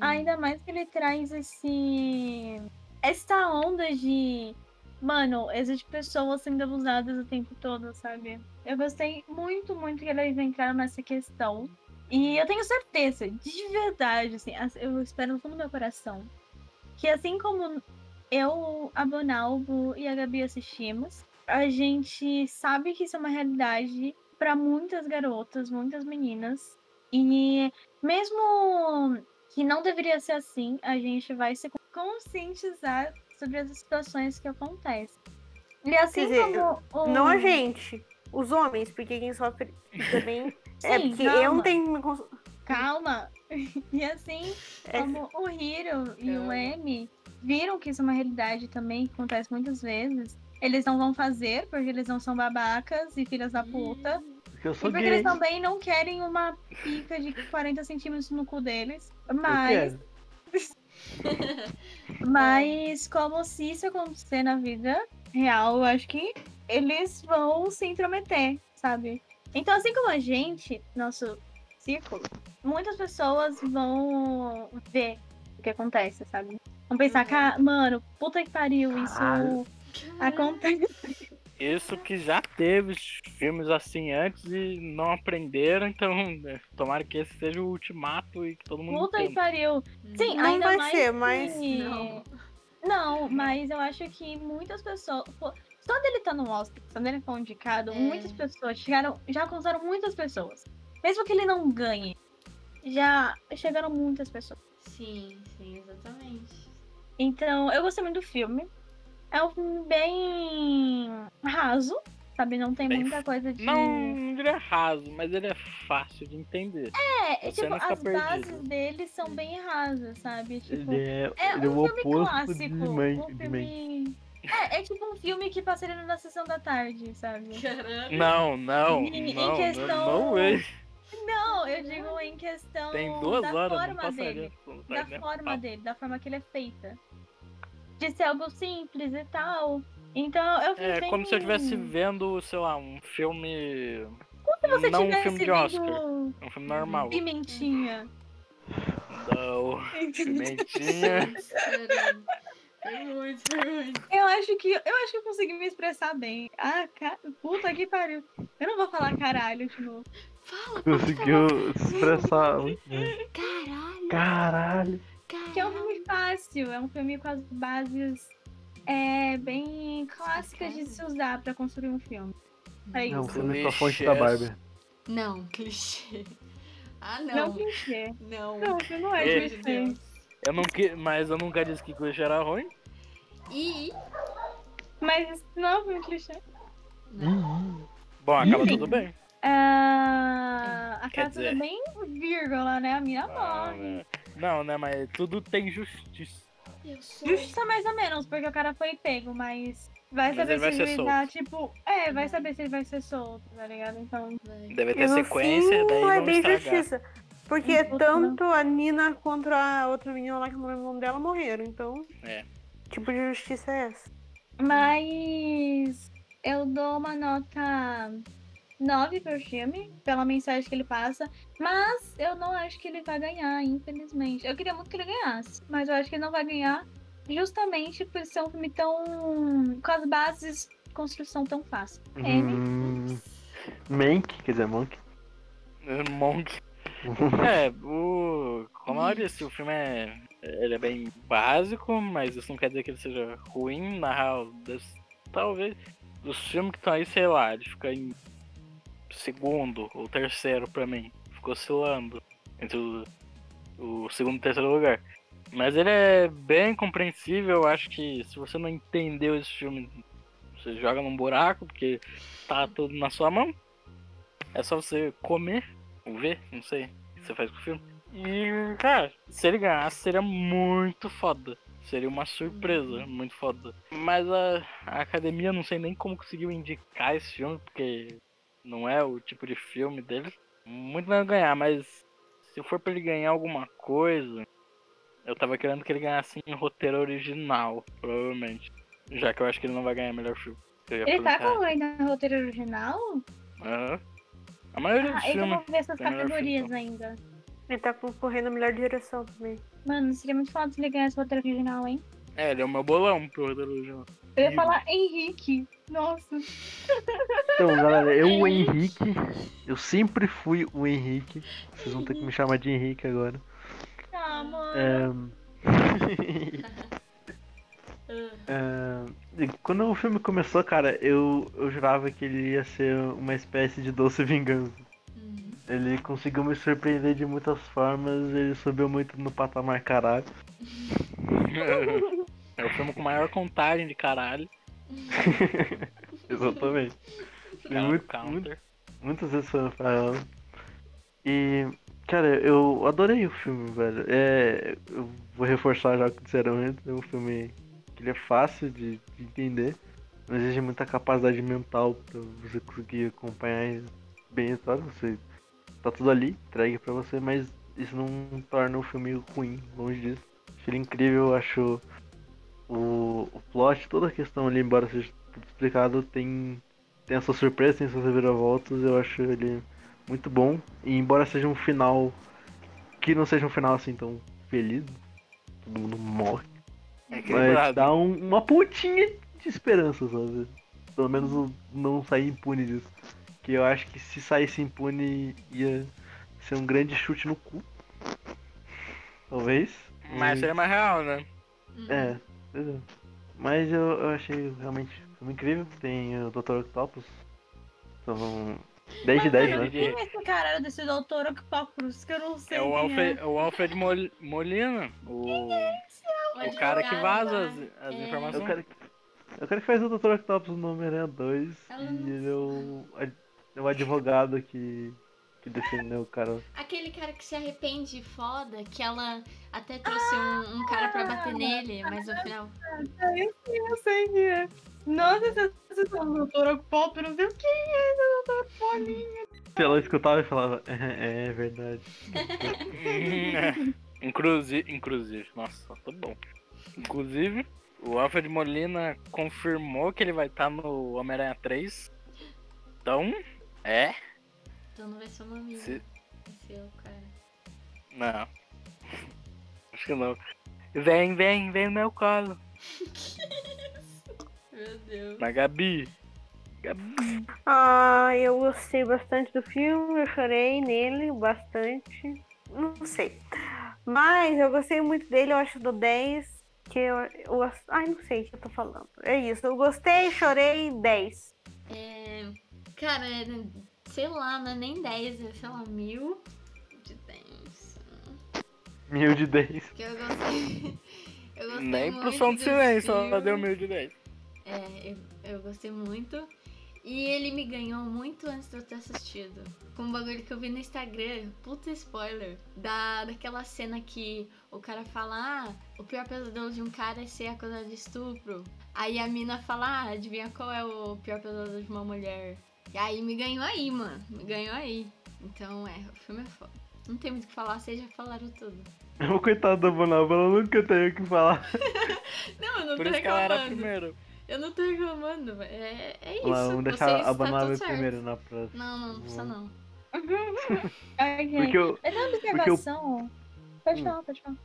ainda mais que ele traz esse essa onda de mano, existem pessoas sendo abusadas o tempo todo, sabe? Eu gostei muito, muito que eles entraram nessa questão. E eu tenho certeza, de verdade, assim, as- eu espero no fundo do meu coração, que assim como eu, a Bonalvo e a Gabi assistimos, a gente sabe que isso é uma realidade para muitas garotas, muitas meninas. E mesmo que não deveria ser assim, a gente vai se conscientizar sobre as situações que acontecem. E assim dizer, como o- Não a gente. os homens, porque quem sofre também. é Sim, porque calma. eu não tenho. uma cons- Calma! E assim, É. como o Hiro e o Calma. M viram que isso é uma realidade também, que acontece muitas vezes, eles não vão fazer porque eles não são babacas e filhas da puta. Porque eu E sou porque gay. eles também não querem uma pica de 40 centímetros no cu deles. Eu Mas quero. Mas como se isso acontecer na vida real, eu acho que eles vão se intrometer, sabe? Então, assim como a gente, nosso círculo, muitas pessoas vão ver o que acontece, sabe? Vão pensar, "Ca- mano, puta que pariu, isso Uhum. Caralho. acontece. Isso que já teve filmes assim antes e não aprenderam, então né, tomara que esse seja o ultimato e que todo mundo Puta que entenda. pariu. Hum. Sim, Não ainda vai mais ser, que- mas não. Não, mas eu acho que muitas pessoas. pô, Só dele tá no Oscar, só dele foi indicado, É. muitas pessoas chegaram. Já acusaram muitas pessoas. Mesmo que ele não ganhe, já chegaram muitas pessoas. Sim, sim, exatamente. Então, eu gostei muito do filme. É um filme bem raso, sabe? Não tem Bem muita coisa de. Não, não diria raso, mas ele é fácil de entender. É, é você tipo, não fica as bases perdido. dele são bem rasas, sabe? Tipo, Ele é, É ele é um o filme oposto de clássico. mãe. um de mãe. filme... É, é tipo um filme que passaria na sessão da tarde, sabe? Caramba. Não, não, Em- em não, questão- não, é. Não, Então, eu digo em questão Tem duas da horas, não forma passaria. né? dele. não Da passaria nem a forma pau. dele, da forma que ele é feita. De ser algo simples e tal. Então eu fiz É bem... como se eu estivesse vendo, sei lá, um filme. Como se você não um tivesse filme de vendo Oscar, um filme normal. Pimentinha. Não, pimentinha. Caramba. Foi muito, foi muito. Eu acho que eu acho que eu consegui me expressar bem. Ah, ca... puta que pariu. Eu não vou falar caralho tipo, de novo. Fala, Conseguiu se expressar. muito bem. Caralho, Caralho. Que é um caralho. filme fácil, é um filme com as bases é, bem clássicas de se usar pra construir um filme. É É um isso. filme com a fonte da Barbie. Não, clichê. Ah, Não, não. clichê. Não. Não, isso não é Ei. Pelo amor de clichê. Deus. Eu não que... Mas eu nunca disse que clichê era ruim. E. Mas isso não é um filme clichê. Uhum. Bom, acaba Enfim. tudo bem. Ah, a Quer casa dizer- bem vírgula, né? A minha Ah, morre. né? Não, né? Mas tudo tem justiça. Eu sou. Justiça mais ou menos, porque o cara foi pego, mas vai Mas saber ele vai se ser ele solto. vai, tipo. É, Uhum. vai saber se ele vai ser solto, tá ligado? Então. Vai. Deve E ter no sequência, fim, daí não é vão bem estragar. justiça. Porque Não vou tanto a Nina quanto a outra menina lá que eu não lembro o nome dela morreram, então. É. que Tipo de justiça é essa. Mas eu dou uma nota 9 pro filme, pela mensagem que ele passa. Mas eu não acho que ele vai ganhar, infelizmente. Eu queria muito que ele ganhasse, mas eu acho que ele não vai ganhar justamente por ser um filme tão. com as bases de construção tão fácil. Ele- Hum. Mank, quer dizer, Monk. É, Monk. É, o. Como eu disse, o filme é. Ele é bem básico, mas isso não quer dizer que ele seja ruim. Na real, des- talvez. Dos filmes que estão aí, sei lá, ele fica em segundo ou terceiro pra mim. Ficou oscilando entre o, o segundo e terceiro lugar. Mas ele é bem compreensível, eu acho que se você não entendeu esse filme, você joga num buraco, porque tá tudo na sua mão. É só você comer ou ver, não sei, o que você faz com o filme. E, cara, se ele ganhasse, seria muito foda. Seria uma surpresa, muito foda. Mas a, a academia, não sei nem como conseguiu indicar esse filme, porque não é o tipo de filme dele. Muito vai ganhar, mas se for pra ele ganhar alguma coisa, eu tava querendo que ele ganhasse em roteiro original, provavelmente. Já que eu acho que ele não vai ganhar melhor filme. Eu ia Ele tá colocar- com ainda no roteiro original? Aham. A maioria dos Ah, eu filmes. vou ver essas tem melhor um filme, categorias então. ainda. Ele tá concorrendo a melhor direção também. Mano, seria muito foda se ele ganhasse o roteiro original, hein? É, ele é o meu bolão pro roteiro original. Eu ia Ih. falar Henrique. Nossa. Então, galera, eu, o Henrique. Eu sempre fui o Henrique. Vocês vão ter que me chamar de Henrique agora. Ah, mano. É, Ah, é, e Quando o filme começou, cara, eu, eu jurava que ele ia ser uma espécie de doce vingança. Hum. Ele conseguiu me surpreender de muitas formas, ele subiu muito no patamar caralho. é o filme com maior contagem de caralho. Exatamente. É muito- um counter. Muitas vezes foi pra ela. E, cara, eu adorei o filme, velho. É, eu vou reforçar já o que disseram antes. É um filme que ele é fácil de, de entender. Não exige muita capacidade mental pra você conseguir acompanhar bem a história. Você tá tudo ali, entregue pra você, mas isso não torna o filme ruim, longe disso. Acho ele incrível, acho o, o plot, toda a questão ali, embora seja tudo explicado, tem tem essa surpresa, tem essas reviravoltas, eu acho ele muito bom. E embora seja um final que não seja um final assim tão feliz, todo mundo morre, É mas equilibrado. dá um- uma pontinha de esperança, sabe? Pelo menos o- não sair impune disso. Que eu acho que se saísse impune ia ser um grande chute no cu. Talvez. Mas E- seria mais real, né? hum. é, pois é. Mas eu, eu achei realmente um filme incrível. Tem o Dr. Octopus. São 10 de Mas, 10, mano, né? Quem é esse caralho desse doutor Octopus que eu não sei É o quem Alfred, o Alfred Mol- Molina, o, o cara que vaza né? as, as É. É o informações. cara que, é o cara que faz o Dr. Octopus no Homem-Aranha 2. Ela E não- ele é o, é o advogado que, que defendeu o cara. Aquele cara que se arrepende foda, que ela até trouxe um, um cara pra bater nele, mas no final. Eu sei que é. Nossa, esse doutor Octopus, não sei o que é esse doutor Octopus. Se ela escutava e falava, é, é verdade. inclusive, É. inclusive, nossa, tô bom. Inclusive, o Alfred Molina confirmou que ele vai estar no Homem-Aranha 3. Então, é. Então não vai ser uma mina. se- Vai ser o cara. Não. Acho que não. Vem, vem, vem no meu colo. Meu Deus. Na Gabi. Gabi. Ah, eu gostei bastante do filme, eu chorei nele bastante. Não sei. Mas eu gostei muito dele, eu acho do 10. Que eu, eu gost- Ai, não sei o que eu tô falando. É isso, eu gostei, chorei 10. É, cara, é, sei lá, não é nem 10, é sei lá, mil de 10. Mil de 10. Que eu gostei. Eu gostei Nem pro é muito som do silêncio, ela filme. deu mil de 10. É, eu, eu gostei muito. E ele me ganhou muito antes de eu ter assistido. Com um bagulho que eu vi no Instagram, puta spoiler, da, daquela cena que o cara fala: Ah, o pior pesadelo de um cara é ser acusado de estupro. Aí a mina fala: Ah, adivinha qual é o pior pesadelo de uma mulher? E aí me ganhou aí, mano. Me ganhou aí. Então é, o filme é foda. Não tem muito o que falar, vocês já falaram tudo. O coitado da Bonalva, ela nunca tem o que falar. Não, eu não Por tô isso que ela era a reclamando. primeiro. Eu não tô reclamando, é, é isso. Vamos deixar vocês, a tá Bonalva tudo certo. né? primeiro na próxima. Não, não, não precisa não. Porque eu, Mas é uma eu- observação. Pode Hum. falar, pode falar.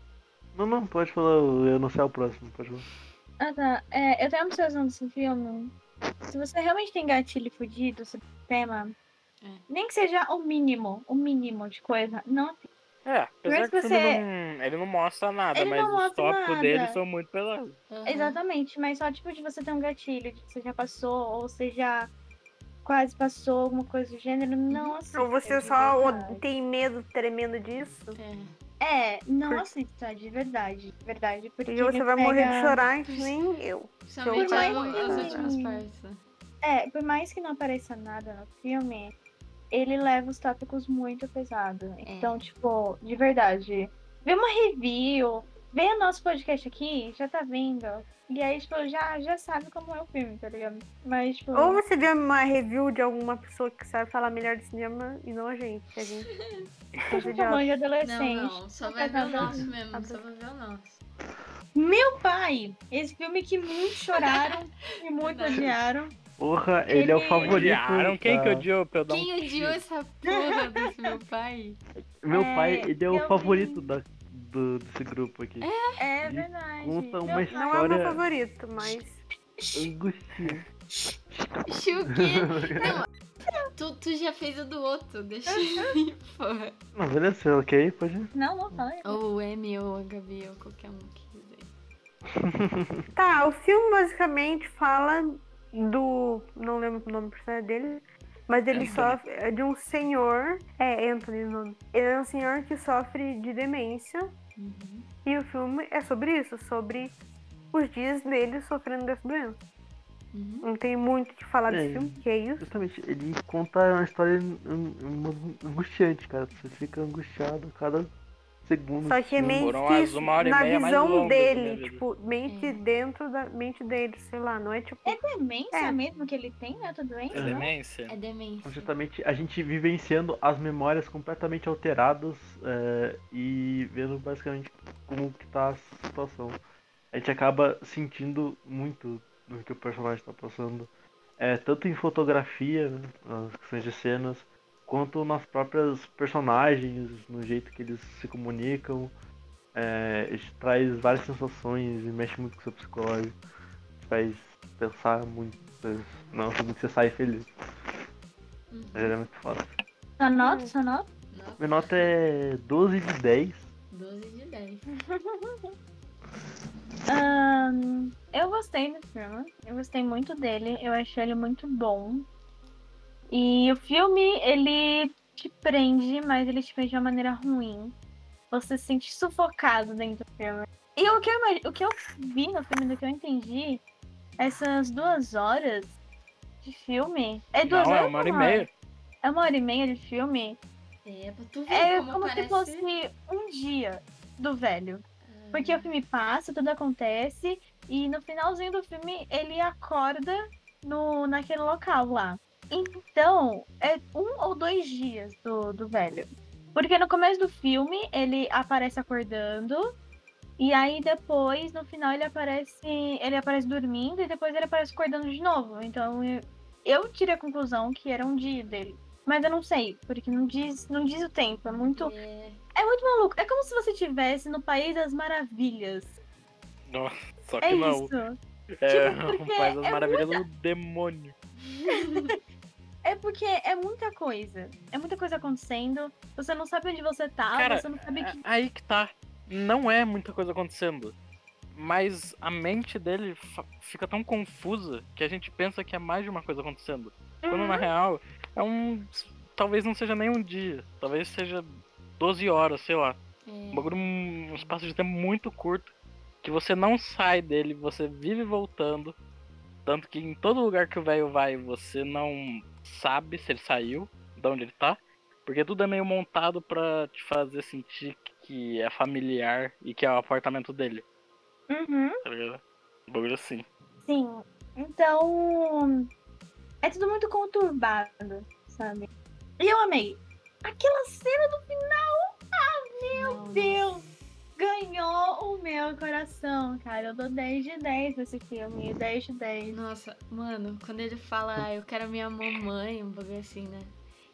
Não, não, pode falar, eu não sei o próximo, pode falar. Ah, tá. É, eu tenho uma observação desse filme. Se você realmente tem gatilho fudido sobre o tema, É. nem que seja o mínimo, o mínimo de coisa, não É, apesar Mas que você- é- ele, não, ele não mostra nada, Ele mas não os mostra tópicos nada. dele são muito pesados. Uhum. Exatamente, mas só tipo de você ter um gatilho, de que você já passou, ou você já quase passou, alguma coisa do gênero, não assista. Então você de só é verdade. o- tem medo tremendo disso? É. É, não Por- assista, de verdade, de verdade, porque E você ele vai morrer de pega- chorar que nem eu. Principalmente Por mais as- que- as últimas partes. É, por mais que não apareça nada no filme, ele leva os tópicos muito pesados. Então, tipo, de verdade, vê uma review, vê o nosso podcast aqui, já tá vendo. E aí, tipo, já, já sabe como é o filme, tá ligado? Mas, tipo. Ou você vê uma review de alguma pessoa que sabe falar melhor de cinema e não a gente, que a gente. Seja de tamanho de adolescente. Não, não, só Não vai ver faz o nada. nosso mesmo, só vai ver o nosso. Meu pai! Esse filme que muitos choraram e muitos Verdade. odiaram. Porra, ele, é o Ele- favorito. Odiaram quem que da- odiou pra eu dar um Quem tiro? odiou essa porra desse meu pai? Meu É, pai, ele é eu o vi. favorito da, do, desse grupo aqui. É E verdade. conta Meu uma pai- história- Não é o meu Olha- favorito, mas. É Angustia. Shuki! Não, tu, tu já fez o do outro, deixa ele, porra. Não, beleza, ok, pode. Não, não fala. isso. Ou o M, ou a Gabi, ou qualquer um que quiser. Tá, o filme basicamente fala do. Não lembro o nome do personagem dele, mas ele Anthony. sofre. É de um senhor. É, Anthony. o nome. Ele é um senhor que sofre de demência. Uhum. E o filme é sobre isso, sobre os dias dele sofrendo dessa doença. Uhum. Não tem muito o que falar É. desse filme, que é isso. Justamente, ele conta uma história an- an- angustiante, cara. Você fica angustiado a cada segundo. Só que é Sim. meio Foram que as uma hora e na meia mais longas visão da minha dele, vida. tipo, mente É. dentro da mente dele, sei lá, não é tipo. É demência É. mesmo que ele tem, né? Essa doença? É não? demência. É demência. tá? Justamente a gente vivenciando as memórias completamente alteradas é, e vendo basicamente como que tá a situação. A gente acaba sentindo muito do que o personagem tá passando. É, tanto em fotografia, né, nas questões de cenas, quanto nas próprias personagens, no jeito que eles se comunicam. É, isso traz várias sensações e mexe muito com o seu psicológico. Faz pensar muito. Não, é um filme que você sai feliz. Uhum. Mas ele é muito foda. Só nota, só nota. Nossa, Minha nota é 12 de 10. 12 de 10. Ahn, eu gostei do filme. Eu gostei muito dele. Eu achei ele muito bom. E o filme, ele te prende, mas ele te prende de uma maneira ruim. Você se sente sufocado dentro do filme. E o que eu, imag- o que eu vi no filme, do que eu entendi, essas duas horas de filme. É duas Não, horas? é uma hora e não é? meia. É uma hora e meia de filme. É, pra tu ver É como, como, parece... se fosse um dia do velho. Porque é o filme passa, tudo acontece, e no finalzinho do filme ele acorda no, naquele local lá. Então, é um ou dois dias do, do velho. Porque no começo do filme ele aparece acordando, e aí depois, no final, ele aparece. Ele aparece dormindo e depois ele aparece acordando de novo. Então eu- eu tirei a conclusão que era um dia dele. Mas eu não sei, porque não diz, não diz o tempo. É muito. É, É muito maluco. É como se você estivesse no País das Maravilhas. Só que É não. isso. É Tipo, porque um País das é Maravilhas do demônio. É porque é muita coisa. É muita coisa acontecendo. Você não sabe onde você tá, Cara, você não sabe que. É Aí que tá. Não é muita coisa acontecendo. Mas a mente dele fa- fica tão confusa que a gente pensa que é mais de uma coisa acontecendo. Quando Uhum. na real é um. Talvez não seja nem um dia. Talvez seja 12 horas, sei lá. Um é, bagulho, um espaço de tempo muito curto. Que você não sai dele, você vive voltando. Tanto que em todo lugar que o velho vai, você não sabe se ele saiu, de onde ele tá. Porque tudo é meio montado pra te fazer sentir que é familiar e que é o apartamento dele, Uhum. tá ligado? Um bagulho assim. Sim, então. É tudo muito conturbado, sabe? E eu amei. Aquela cena do final, meu Deus, ganhou o meu coração, cara. Eu dou 10 de 10 nesse filme, 10 de 10. Nossa, mano, quando ele fala "Ah, eu quero minha mamãe, um bagulho assim, né?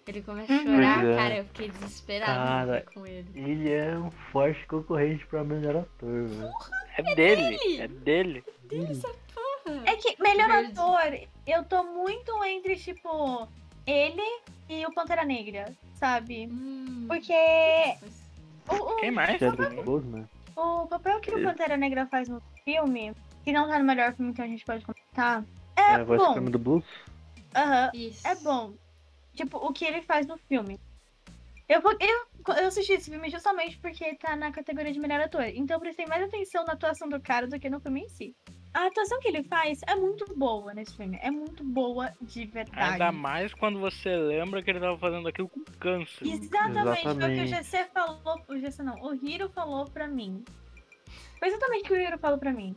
Ele começa a Uhum. chorar, Pois é. cara, eu fiquei desesperada Cara, com ele. Ele é um forte concorrente pra melhor ator, velho. É, dele, dele! é dele. Porra! É que melhor Verde. ator, eu tô muito entre, tipo, ele e o Pantera Negra, sabe? Hum, Porque mas- o- o, Quem mais? Chadwick Boseman. O papel que o É. Pantera Negra faz no filme, que não tá no melhor filme que a gente pode comentar, É é, a voz bom. suprema do blues. Aham, Isso. é bom. Tipo, o que ele faz no filme. Eu, vou- eu, eu assisti esse filme justamente porque tá na categoria de melhor ator. Então eu prestei mais atenção na atuação do cara do que no filme em si. A atuação que ele faz é muito boa nesse filme. É muito boa de verdade. Ainda mais quando você lembra que ele tava fazendo aquilo com câncer. Exatamente, foi o que o Exatamente. GC falou. O GC não, o Hiro falou pra mim. Foi exatamente o que o Hiro falou pra mim.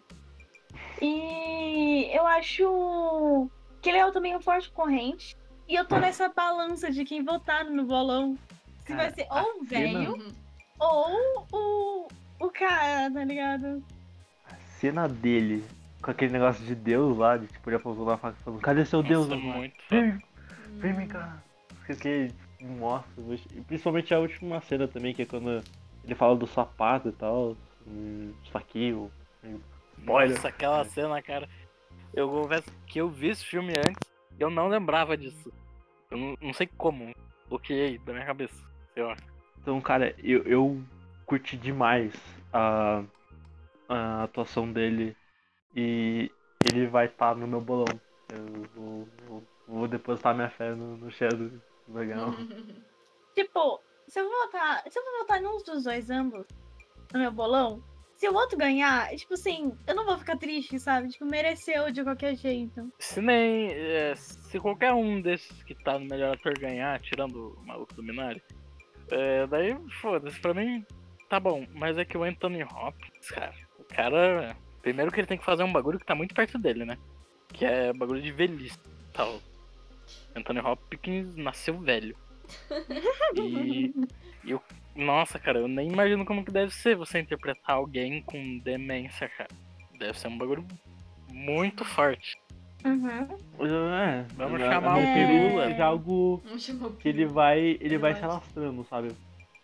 E eu acho que ele é também um forte corrente. E eu tô Ah. nessa balança de quem votar no bolão. Se vai Cara, ser ou o velho Uhum. ou o, o cara, tá ligado? A cena dele com aquele negócio de Deus lá, de tipo, ele apontou na faca falando, cadê seu Deus? Nossa, mano? muito foda. Vem, vem cá. Porque, nossa, e principalmente a última cena também, que é quando ele fala do sapato e tal, hum, esfaqueio. Spoiler. Nossa, aquela cena, cara. Eu confesso que eu vi esse filme antes e eu não lembrava disso. Eu não, não sei como. Bloqueei da minha cabeça. Sei lá. Então, cara, eu, eu curti demais a, a atuação dele e ele vai estar no meu bolão. Eu vou, vou, vou depositar minha fé no, no Shadow. Legal. Uhum. Hum. um Tipo, se eu vou votar. Se eu vou votar em uns dos dois ambos no meu bolão, se o outro ganhar, tipo assim, eu não vou ficar triste, sabe? Tipo, mereceu de qualquer jeito. Se nem. é, se qualquer um desses que tá no melhor ator ganhar, tirando o maluco do Minari, é, daí, foda-se, pra mim tá bom. Mas é que o Anthony Hopkins, cara, o cara. Primeiro que ele tem que fazer um bagulho que tá muito perto dele, né? Que é bagulho de velhice e tal. Anthony Hopkins nasceu velho. E. e eu, nossa, cara, eu nem imagino como que deve ser você interpretar alguém com demência, cara. Deve ser um bagulho muito forte. Uhum. É, Vamos já- chamar já o perigo, Pirula. seja É algo Não chamou que ele vai, ele vai se Verdade. alastrando, sabe?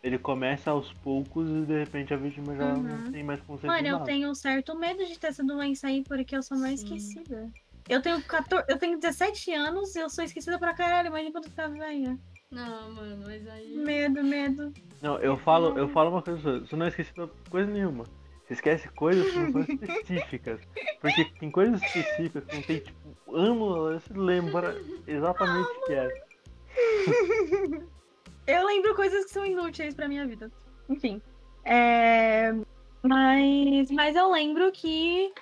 Ele começa aos poucos e de repente a vítima já Uhum. não tem mais conceito Mano, de eu nada. tenho um certo medo de ter essa doença aí, porque eu sou mais Sim. esquecida. Eu tenho 14, eu tenho 17 anos e eu sou esquecida pra caralho, imagina quando ficar velha. Não, mano, mas aí. Medo, medo. Não, eu falo, eu falo uma coisa, só, você não esquece da coisa nenhuma. Você esquece coisas que não são específicas. Porque tem coisas específicas que não tem, tipo, anos, você lembra exatamente o que é. Eu lembro coisas que são inúteis pra minha vida. Enfim. É, Mas, mas eu lembro que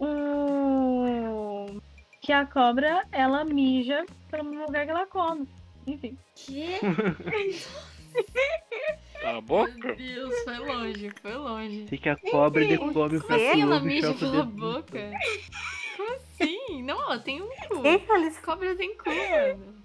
o... que a cobra, ela mija pelo mesmo lugar que ela come. Enfim. Que? Tá Meu boca? Deus, foi longe, foi longe. Sei que a cobra decome o Como assim ela cachorro e mija choca o pela dedo. boca? Como assim? Não, ela tem um cu. Eita, eles Cobra tem cu, mano.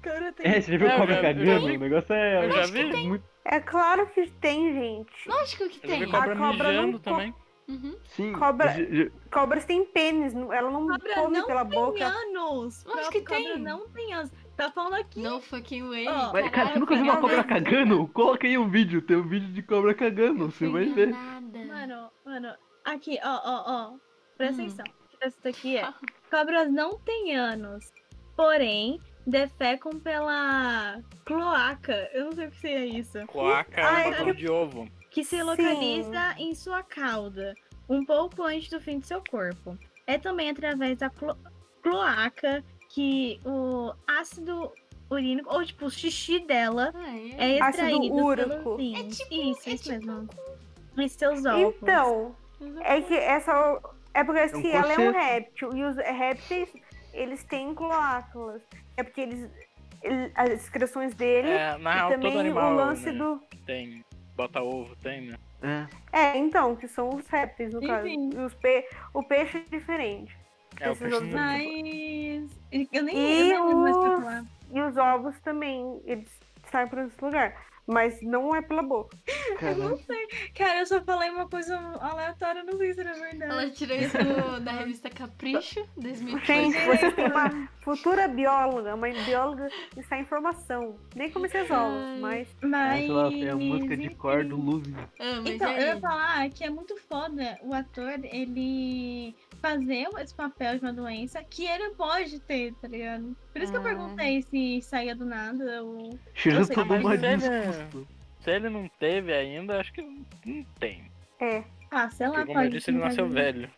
Cara, tem... É, você já viu É, eu cobra já- cagando? eu já- O negócio é. eu já vi. Muito... É claro que tem, gente. Lógico que Eu já vi tem. cobra, A cobra não mijando co- também. Uhum. Sim. Cobra- ju- ju- Cobras têm pênis, não- ela não Cobra come não pela Tem boca. anos! Lógico Pra que cobra tem. Não tem anos. Tá falando aqui. No fucking way. Ó, Mas, cara, você Caralho, nunca viu foi uma cobra enganada. cagando? Coloca aí um vídeo, tem um vídeo de cobra cagando, você Fui vai ver. enganada. Mano, mano. Aqui, ó, ó, ó. Presta Hum. atenção. Isso daqui é. Cobras não têm anos. Porém, defecam pela cloaca. Eu não sei o que seria isso. Coaca é Ai, um bagulho de ovo. que se Sim. localiza em sua cauda, um pouco antes do fim do seu corpo. É também através da clo- cloaca que o ácido urínico, ou tipo, o xixi dela, Ai, ai. é Ácido extraído úrico. pelos rins. É tipo- isso, é isso tipo mesmo. E seus óvulos. Então, é que essa. É porque assim, ela é um réptil. E os répteis, eles têm cloacas. É porque eles. ele- as excreções dele. É, na e real, também todo animal o lance né, do. tem. Bota ovo, tem, né? É. É, então, que são os répteis, no caso. Enfim. E os pe... o peixe é diferente. É o Esses peixe ovos não- Mas. Eu nem E eu nem lembro mais o que eu os- falava. E os ovos também, eles saem para esse lugar. Mas não é pela boca. Caramba. Cara, eu só falei uma coisa aleatória, não sei se era Ela verdade. tirou isso do- da revista Capricho, 2013. Gente, é. vocês têm uma futura bióloga, uma bióloga está em formação. Nem comecei as aulas, mas Mas. Essa lá é a música de cor do Luvi. Ah, mas Então, e aí? eu ia falar que é muito foda o ator, ele fazer esse papel de uma doença que ele pode ter, tá ligado? Por isso que eu Ah. perguntei se saía do nada ou... Cheiro sei, todo mas uma se ele- disgusto. Se ele não teve ainda, acho que não tem. é. Ah, sei lá, Porque, como eu pode... disse, ele sim, nasceu pode- velho.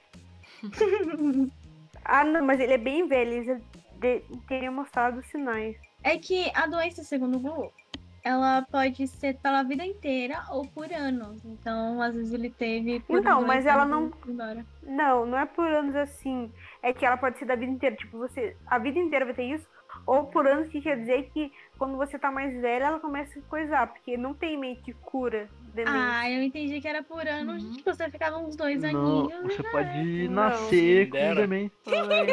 Ah, não, mas ele é bem velho, eles de- teriam mostrado sinais. É que a doença, segundo o Google, ela pode ser pela vida inteira ou por anos. Então, às vezes ele teve... por Então, mas dois ela anos e foi embora. Não, não é por anos assim. É que ela pode ser da vida inteira. Tipo, você. A vida inteira vai ter isso. Ou por anos, que quer dizer que quando você tá mais velha, ela começa a coisar. Porque não tem meio que cura demência. Ah, eu entendi que era por anos, Uhum. tipo, você ficava uns dois Não, aninhos... você e pode Não. nascer Quem com dera. demência. Oi?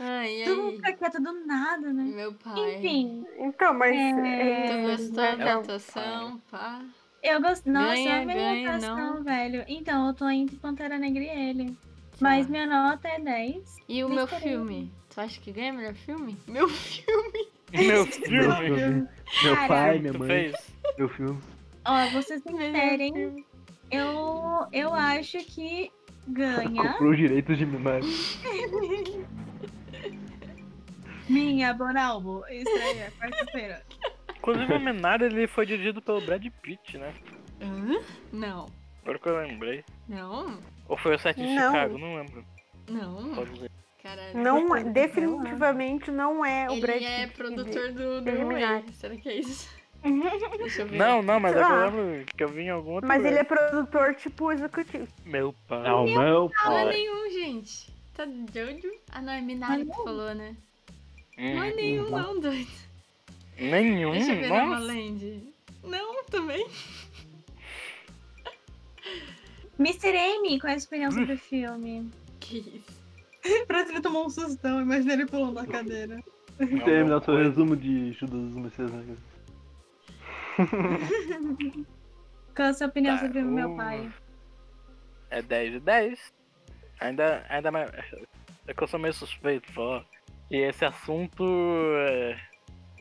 Ai, Todo mundo ai. fica quieto do nada, né? Meu pai. Enfim, Então, mas. É. Tu gostou da Não. atuação, pá? eu gosto. Nossa, Ganha, eu amei ganha, a atuação, não. velho. Então, eu tô entre Pantera Negra e ele. Tá. Mas minha nota é 10. E o Me meu esperei. filme? Tu acha que ganha melhor filme? Meu filme? Meu Meu filme. filme, meu pai, minha tu mãe, fez? meu filme. Ó, vocês me Melhor querem. Eu, eu acho que ganha. Comprou os direitos de imagem. Minha Bonalbo. Estreia, quarta-feira. Inclusive, o Menard ele foi dirigido pelo Brad Pitt, né? Hã? Não. Pelo que eu lembrei. Não. Ou foi o set de Não. Chicago, não lembro. Não. Pode dizer. Caralho. Não, é- definitivamente não é o um Ele Brad é Pitt. produtor do, do Eliminado. Way. Será que é isso? Deixa eu ver. Não, não, mas Sei eu lá. lembro que eu vi em algum outro. Hum. Ah. Mas ele lugar. é produtor, tipo, executivo. Meu pai. Não, meu Não é pai. nenhum, gente. Tá doido? Ah, não, é Minari que falou, né? Não é Hum, nenhum, não, doido. nenhum. Deixa eu ver na É, Nossa. Land. Não, também. Mr. M, qual é a sua opinião sobre o filme? Que isso. Parece que ele tomou um sustão, imagina ele pulando na cadeira. Não, Terminar meu seu pai. resumo de Judas dos Messias né? Negras. Qual é a sua opinião Tá, sobre o meu o- pai? É 10 de 10. Ainda, ainda mais. É que eu sou meio suspeito, só. E esse assunto. é,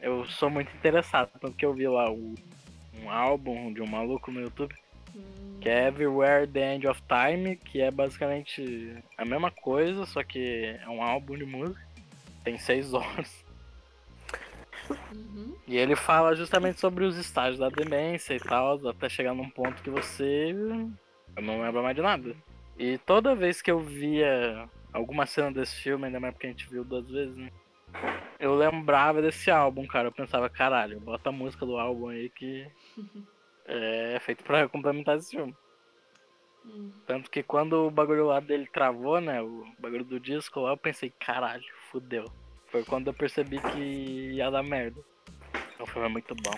Eu sou muito interessado, porque eu vi lá o- um álbum de um maluco no YouTube Hum, que é Everywhere The End of Time, que é basicamente a mesma coisa, só que é um álbum de música. Tem seis horas. uhum. E ele fala justamente sobre os estágios da demência e tal, até chegar num ponto que você eu não lembro mais de nada. E toda vez que eu via alguma cena desse filme, ainda mais porque a gente viu duas vezes, né? Eu lembrava desse álbum, cara. Eu pensava, caralho, bota a música do álbum aí que é feito pra complementar esse filme. Hum. Tanto que quando o bagulho lá dele travou, né? O bagulho do disco lá, eu pensei, caralho, fudeu. Foi quando eu percebi que ia dar merda. O filme é muito bom.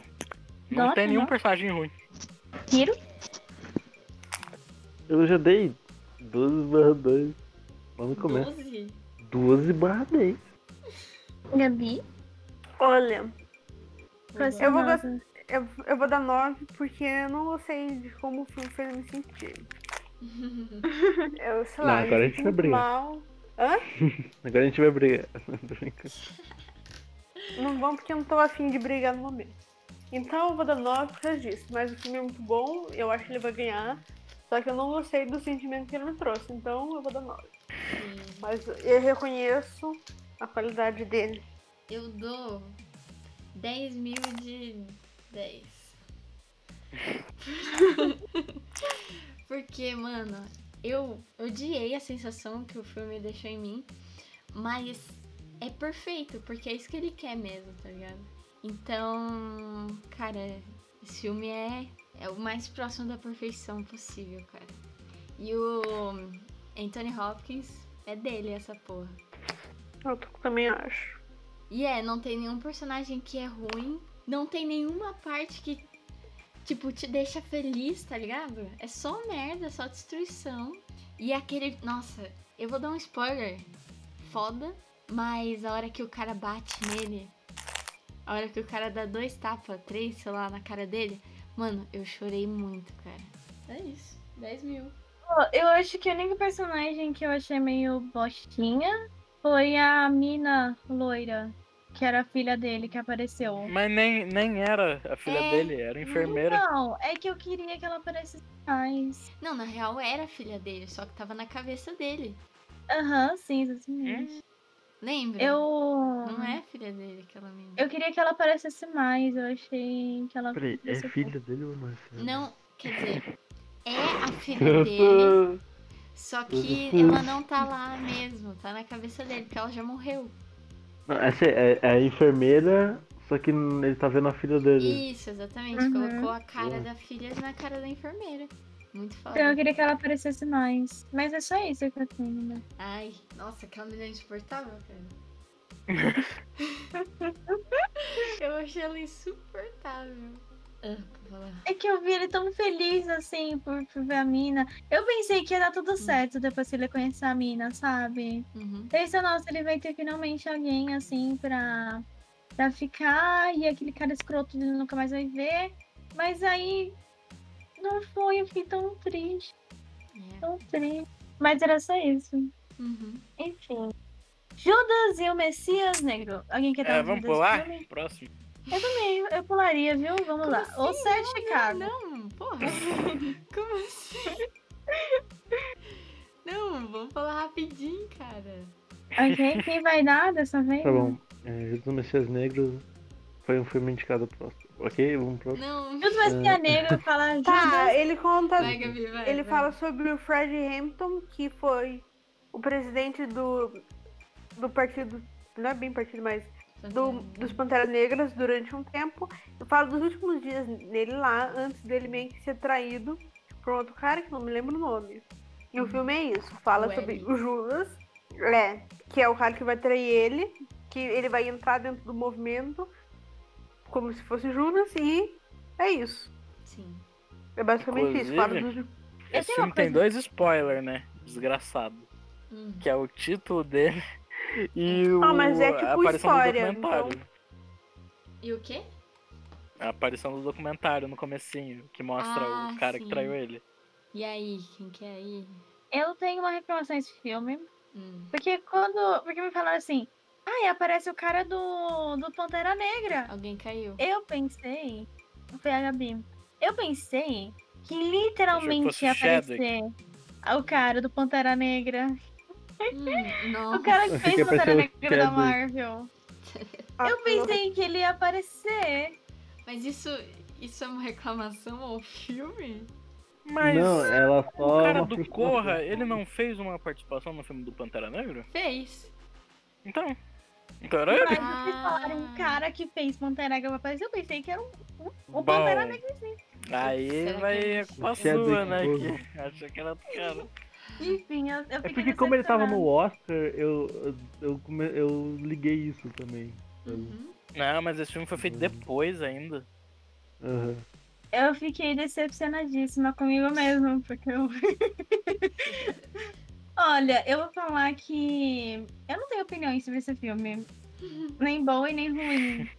Não Nossa, tem nenhum nossa. personagem ruim. Hiro? Eu já dei 12 barra 2 lá no começo. 12? 12 barra 10. Gabi? Olha, Qual é a sua Eu vou Uhum. nota? eu, eu vou dar 9 porque eu não gostei de como o filme fez eu me sentir. Eu, sei Não, lá, eu agora a me senti gente vai muito brigar. mal. Agora a gente vai brigar. Tô brincando. Não vão porque eu não tô afim de brigar no momento. Então eu vou dar 9 por causa disso. Mas o filme é muito bom, eu acho que ele vai ganhar. Só que eu não gostei do sentimento que ele me trouxe, então eu vou dar 9. Sim. Mas eu reconheço a qualidade dele. Eu dou 10 mil de 10. Porque, mano, eu odiei a sensação que o filme deixou em mim, mas é perfeito, porque é isso que ele quer mesmo, tá ligado? Então, cara, esse filme é, é o mais próximo da perfeição possível, cara. E o Anthony Hopkins é dele essa porra. Eu t- também acho. E é, não tem nenhum personagem que é ruim, não tem nenhuma parte que, tipo, te deixa feliz, tá ligado? É só merda, é só destruição. E aquele. Nossa, eu vou dar um spoiler. Foda, mas a hora que o cara bate nele, a hora que o cara dá dois tapas, três, sei lá, na cara dele, mano, eu chorei muito, cara. É isso. 10 mil. Pô, Eu acho que o único personagem que eu achei meio bostinha foi a mina loira, que era a filha dele que apareceu. Mas nem, nem era a filha É, dele, era enfermeira. Não, é que eu queria que ela aparecesse mais. Não, na real era a filha dele, só que tava na cabeça dele. Aham, sim, exatamente. Lembra? Eu. Não é a filha dele aquela menina. Eu queria que ela aparecesse mais, eu achei que ela. Peraí, é apareceu pouco. filha dele ou não é filha dele? Não, quer dizer, é a filha dele, só que ela não tá lá mesmo, tá na cabeça dele, porque ela já morreu. Não, essa é, é a enfermeira, só que ele tá vendo a filha dele. Isso, exatamente, Uhum. colocou a cara Boa. da filha na cara da enfermeira. Muito foda. Então eu queria que ela aparecesse mais. Mas é só isso que eu tenho, né? Ai, nossa, aquela mulher é insuportável, cara. eu achei ela insuportável. Ah, vou falar. É que eu vi ele tão feliz, assim, por, por ver a mina. Eu pensei que ia dar Hum. tudo certo depois que ele conhecer a mina, sabe? Uhum. Pensa, nossa, ele vai ter finalmente alguém, assim, pra, pra ficar. E aquele cara escroto ele nunca mais vai ver. Mas aí. Não foi, eu fiquei tão triste, É. tão triste. Mas era só isso. Uhum. Enfim. Judas e o Messias Negro. Alguém quer dar É, um vamos Judas pular? filme? Próximo. Eu também, eu pularia, viu? Vamos lá. assim? Ou Sete é de Chicago. Não, porra. Como assim? Não, vamos falar rapidinho, cara. Ok, quem vai dar dessa vez? Tá bom. É, Judas Messias Negros foi um filme indicado pro Oscar. Ok, vamos pro Oscar. Não. Judas É. Messias Negro fala Tá, Judas. ele conta. Vai, Gabi, vai. Ele vai. fala sobre o Fred Hampton, que foi o presidente do, do partido. Não é bem partido, mas do- dos Panteras Negras durante um tempo. Eu falo dos últimos dias dele lá, antes dele meio que ser traído por um outro cara que não me lembro o nome. E o filme é isso, fala Uhum. O sobre Eli. o Judas, é, que é o cara que vai trair ele, que ele vai entrar dentro do movimento como se fosse Judas e é isso. Sim. É basicamente isso. Fala Inclusive, dos Eu Esse tenho uma filme tem coisa. dois spoilers, né? Desgraçado. Hum. Que é o título dele e o, Ah, mas é tipo então. a aparição história, do documentário. E o quê? A aparição do documentário no comecinho, que mostra Ah, o cara sim. que traiu ele. E aí, quem quer aí? Eu tenho uma reclamação desse filme, Hum. porque quando. Porque me falaram assim, ai, aparece o cara do, do Pantera Negra. Alguém caiu. Eu pensei. Foi a Gabi. Eu pensei que Eu literalmente achei ia que fosse aparecer o cara do Pantera Negra. Hum, O nossa. cara que Achei fez que ia o Pantera aparecer o Negra da Chadwick. Marvel. Eu pensei que ele ia aparecer. Mas isso, isso é uma reclamação ao filme? Mas Não, ela o só. é cara uma do frustração. Corra, ele não fez uma participação no filme do Pantera Negra? Fez. Então. Então era ele. Mas vocês falaram um cara que fez Pantera Negra vai aparecer. Eu pensei que era um- um- o Bom, Pantera Negra. Aí Será que vai é a culpa Chadwick sua, né? Boseman. Que achou que era outro cara. Enfim, eu, eu É fiquei porque como ele tava no decepcionada. Oscar, eu, eu, eu, come- eu liguei isso também. Uhum. Não, mas esse filme foi feito Hum. depois ainda. Aham. Eu fiquei decepcionadíssima comigo mesmo, porque eu. Olha, eu vou falar que eu não tenho opiniões sobre esse filme. Nem boa e nem ruim.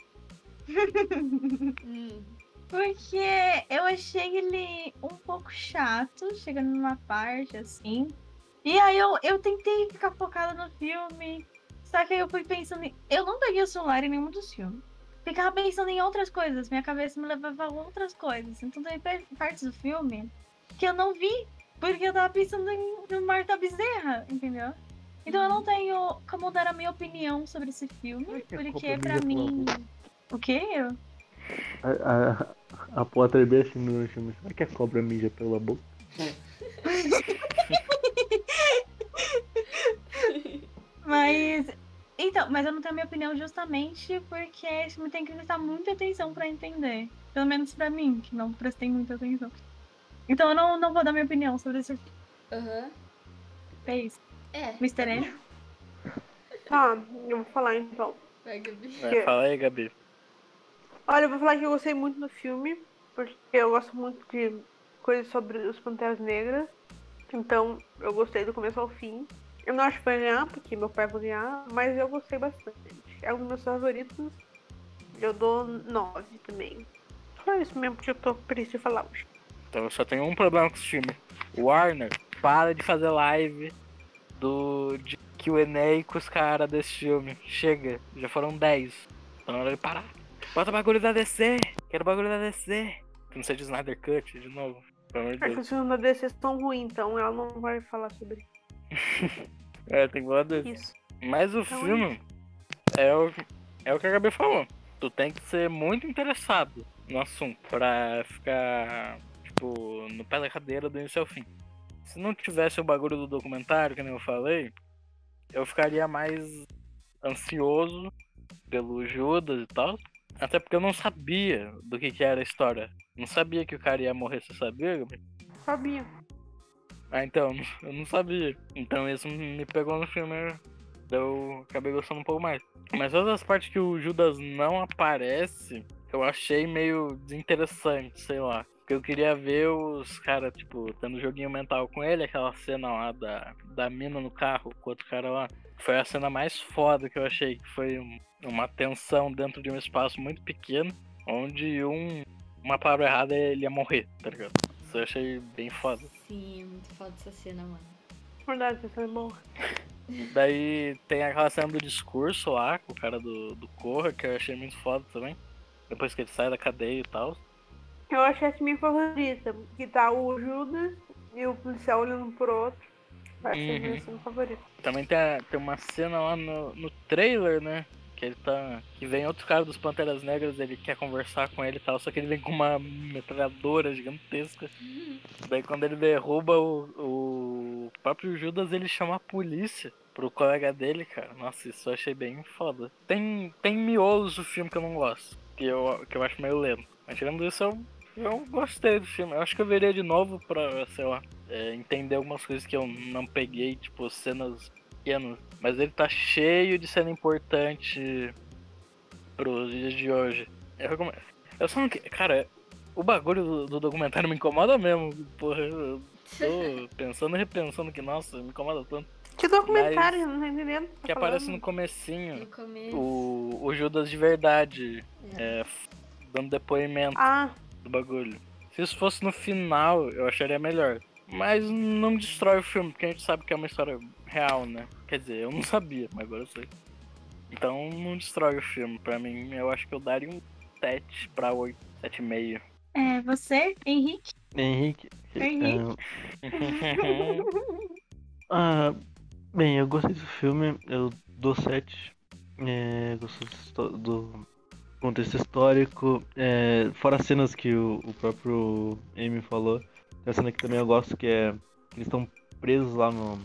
Hum. Porque eu achei ele um pouco chato, chegando numa parte assim. E aí eu, eu tentei ficar focada no filme. Só que aí eu fui pensando. Em... Eu não peguei o celular em nenhum dos filmes. Ficava pensando em outras coisas. Minha cabeça me levava a outras coisas. Então tem pe- partes do filme que eu não vi. Porque eu tava pensando em, no Marta Bezerra, entendeu? Então eu não tenho como dar a minha opinião sobre esse filme. Hum. Ai, que a Porque culpa pra minha, pelo mim. O quê? A, a, a Potter bem assim no filme. Será que a cobra mija pela boca? Mas. Então, mas eu não tenho a minha opinião justamente porque esse filme tem que prestar muita atenção pra entender. Pelo menos pra mim, que não prestei muita atenção. Então eu não, não vou dar minha opinião sobre esse Aham. fez. É, Mr. N. Tá, eu vou falar então. vai, Gabi. É, fala aí, Gabi. Olha, eu vou falar que eu gostei muito do filme, porque eu gosto muito de coisas sobre os Panteras Negras. Então, eu gostei do começo ao fim. Eu não acho que vai ganhar, porque meu pai vai ganhar, mas eu gostei bastante. É um dos meus favoritos. Eu dou nove também. Só isso mesmo que eu tô triste de falar hoje. Então eu só tenho um problema com esse filme. Warner, para de fazer live do de QA com os caras desse filme. Chega, já foram 10. Tá na hora de parar. Bota bagulho da DC! Quero bagulho da DC! Que não seja Snyder Cut de novo. Pelo amor de Acho que Deus. os filmes da DC são ruins, então ela não vai falar sobre É, tem que falar desse. isso. Mas o Então é filme é o, é o que a Gabi falou. Tu tem que ser muito interessado no assunto pra ficar, tipo, no pé da cadeira do início ao fim. Se não tivesse o bagulho do documentário, que nem eu falei, eu ficaria mais ansioso pelo Judas e tal. Até porque eu não sabia do que, que era a história. Não sabia que o cara ia morrer, você sabia, Gabi? Sabia. Ah, então, eu não sabia. Então isso me pegou no filme, eu acabei gostando um pouco mais. Mas todas as partes que o Judas não aparece, eu achei meio desinteressante, sei lá. Porque eu queria ver os caras, tipo, tendo joguinho mental com ele, aquela cena lá da, da mina no carro com outro cara lá. Foi a cena mais foda que eu achei, que foi um- uma tensão dentro de um espaço muito pequeno, onde um, uma palavra errada ele ia morrer, tá ligado? Isso eu achei bem foda. Sim, é muito foda essa cena, mano. Verdade, isso é bom. Daí tem aquela cena do discurso lá, com o cara do, do Corra, que eu achei muito foda também. Depois que ele sai da cadeia e tal. Eu acho essa minha favorita, que tá o Judas e o policial olhando pro outro. Eu Acho Uhum. que essa é a minha favorita. Também tem, a- tem uma cena lá no, no trailer, né? Que ele tá. Que vem outro cara dos Panteras Negras, ele quer conversar com ele e tal, só que ele vem com uma metralhadora gigantesca. Daí quando ele derruba o, o próprio Judas, ele chama a polícia pro colega dele, cara. Nossa, isso eu achei bem foda. Tem, tem miolos do filme que eu não gosto, que eu, que eu acho meio lento. Mas tirando isso, eu, eu gostei do filme. Eu acho que eu veria de novo pra, sei lá, é, entender algumas coisas que eu não peguei, tipo cenas pequenas. Mas ele tá cheio de cena importante pros dias de hoje. Eu, recome- eu só não. que- Cara, o bagulho do, do documentário me incomoda mesmo. Porra, eu tô pensando e repensando que, nossa, me incomoda tanto. Que documentário, não tô entendendo. Tá Que aparece no comecinho. No começo. o, o Judas de verdade é, f- dando depoimento Ah, do bagulho. Se isso fosse no final, eu acharia melhor. Mas não destrói o filme, porque a gente sabe que é uma história real, né? Quer dizer, eu não sabia, mas agora eu sei. Então não destrói o filme. Pra mim, eu acho que eu daria um 7 pra 8, 7,5. É, você, Henrique, Henrique. Henrique. Ah, bem, eu gostei do filme, eu dou 7. É, gosto do histó- do contexto histórico. É, fora as cenas que o, o próprio Amy falou, tem uma cena que também eu gosto que é. Eles estão presos lá no,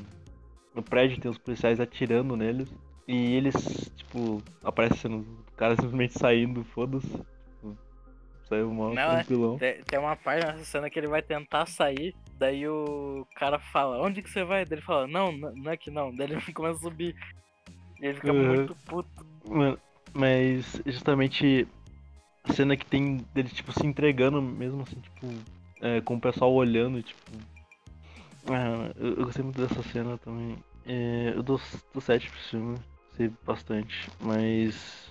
no prédio, tem os policiais atirando neles. E eles, tipo, aparecem o cara simplesmente saindo, foda-se. Saiu um mal, Não, é- tranquilão. Tem, tem uma parte nessa cena que ele vai tentar sair, daí o cara fala, onde que você vai? Daí ele fala, não, n- não é que não. Daí ele começa a subir. E ele fica Uhum. muito puto. né? Mano, mas justamente a cena que tem dele, tipo, se entregando mesmo, assim, tipo, é, com o pessoal olhando, tipo. Ah, eu, eu gostei muito dessa cena também. É, eu dou, dou 7 pro filme, sei bastante, mas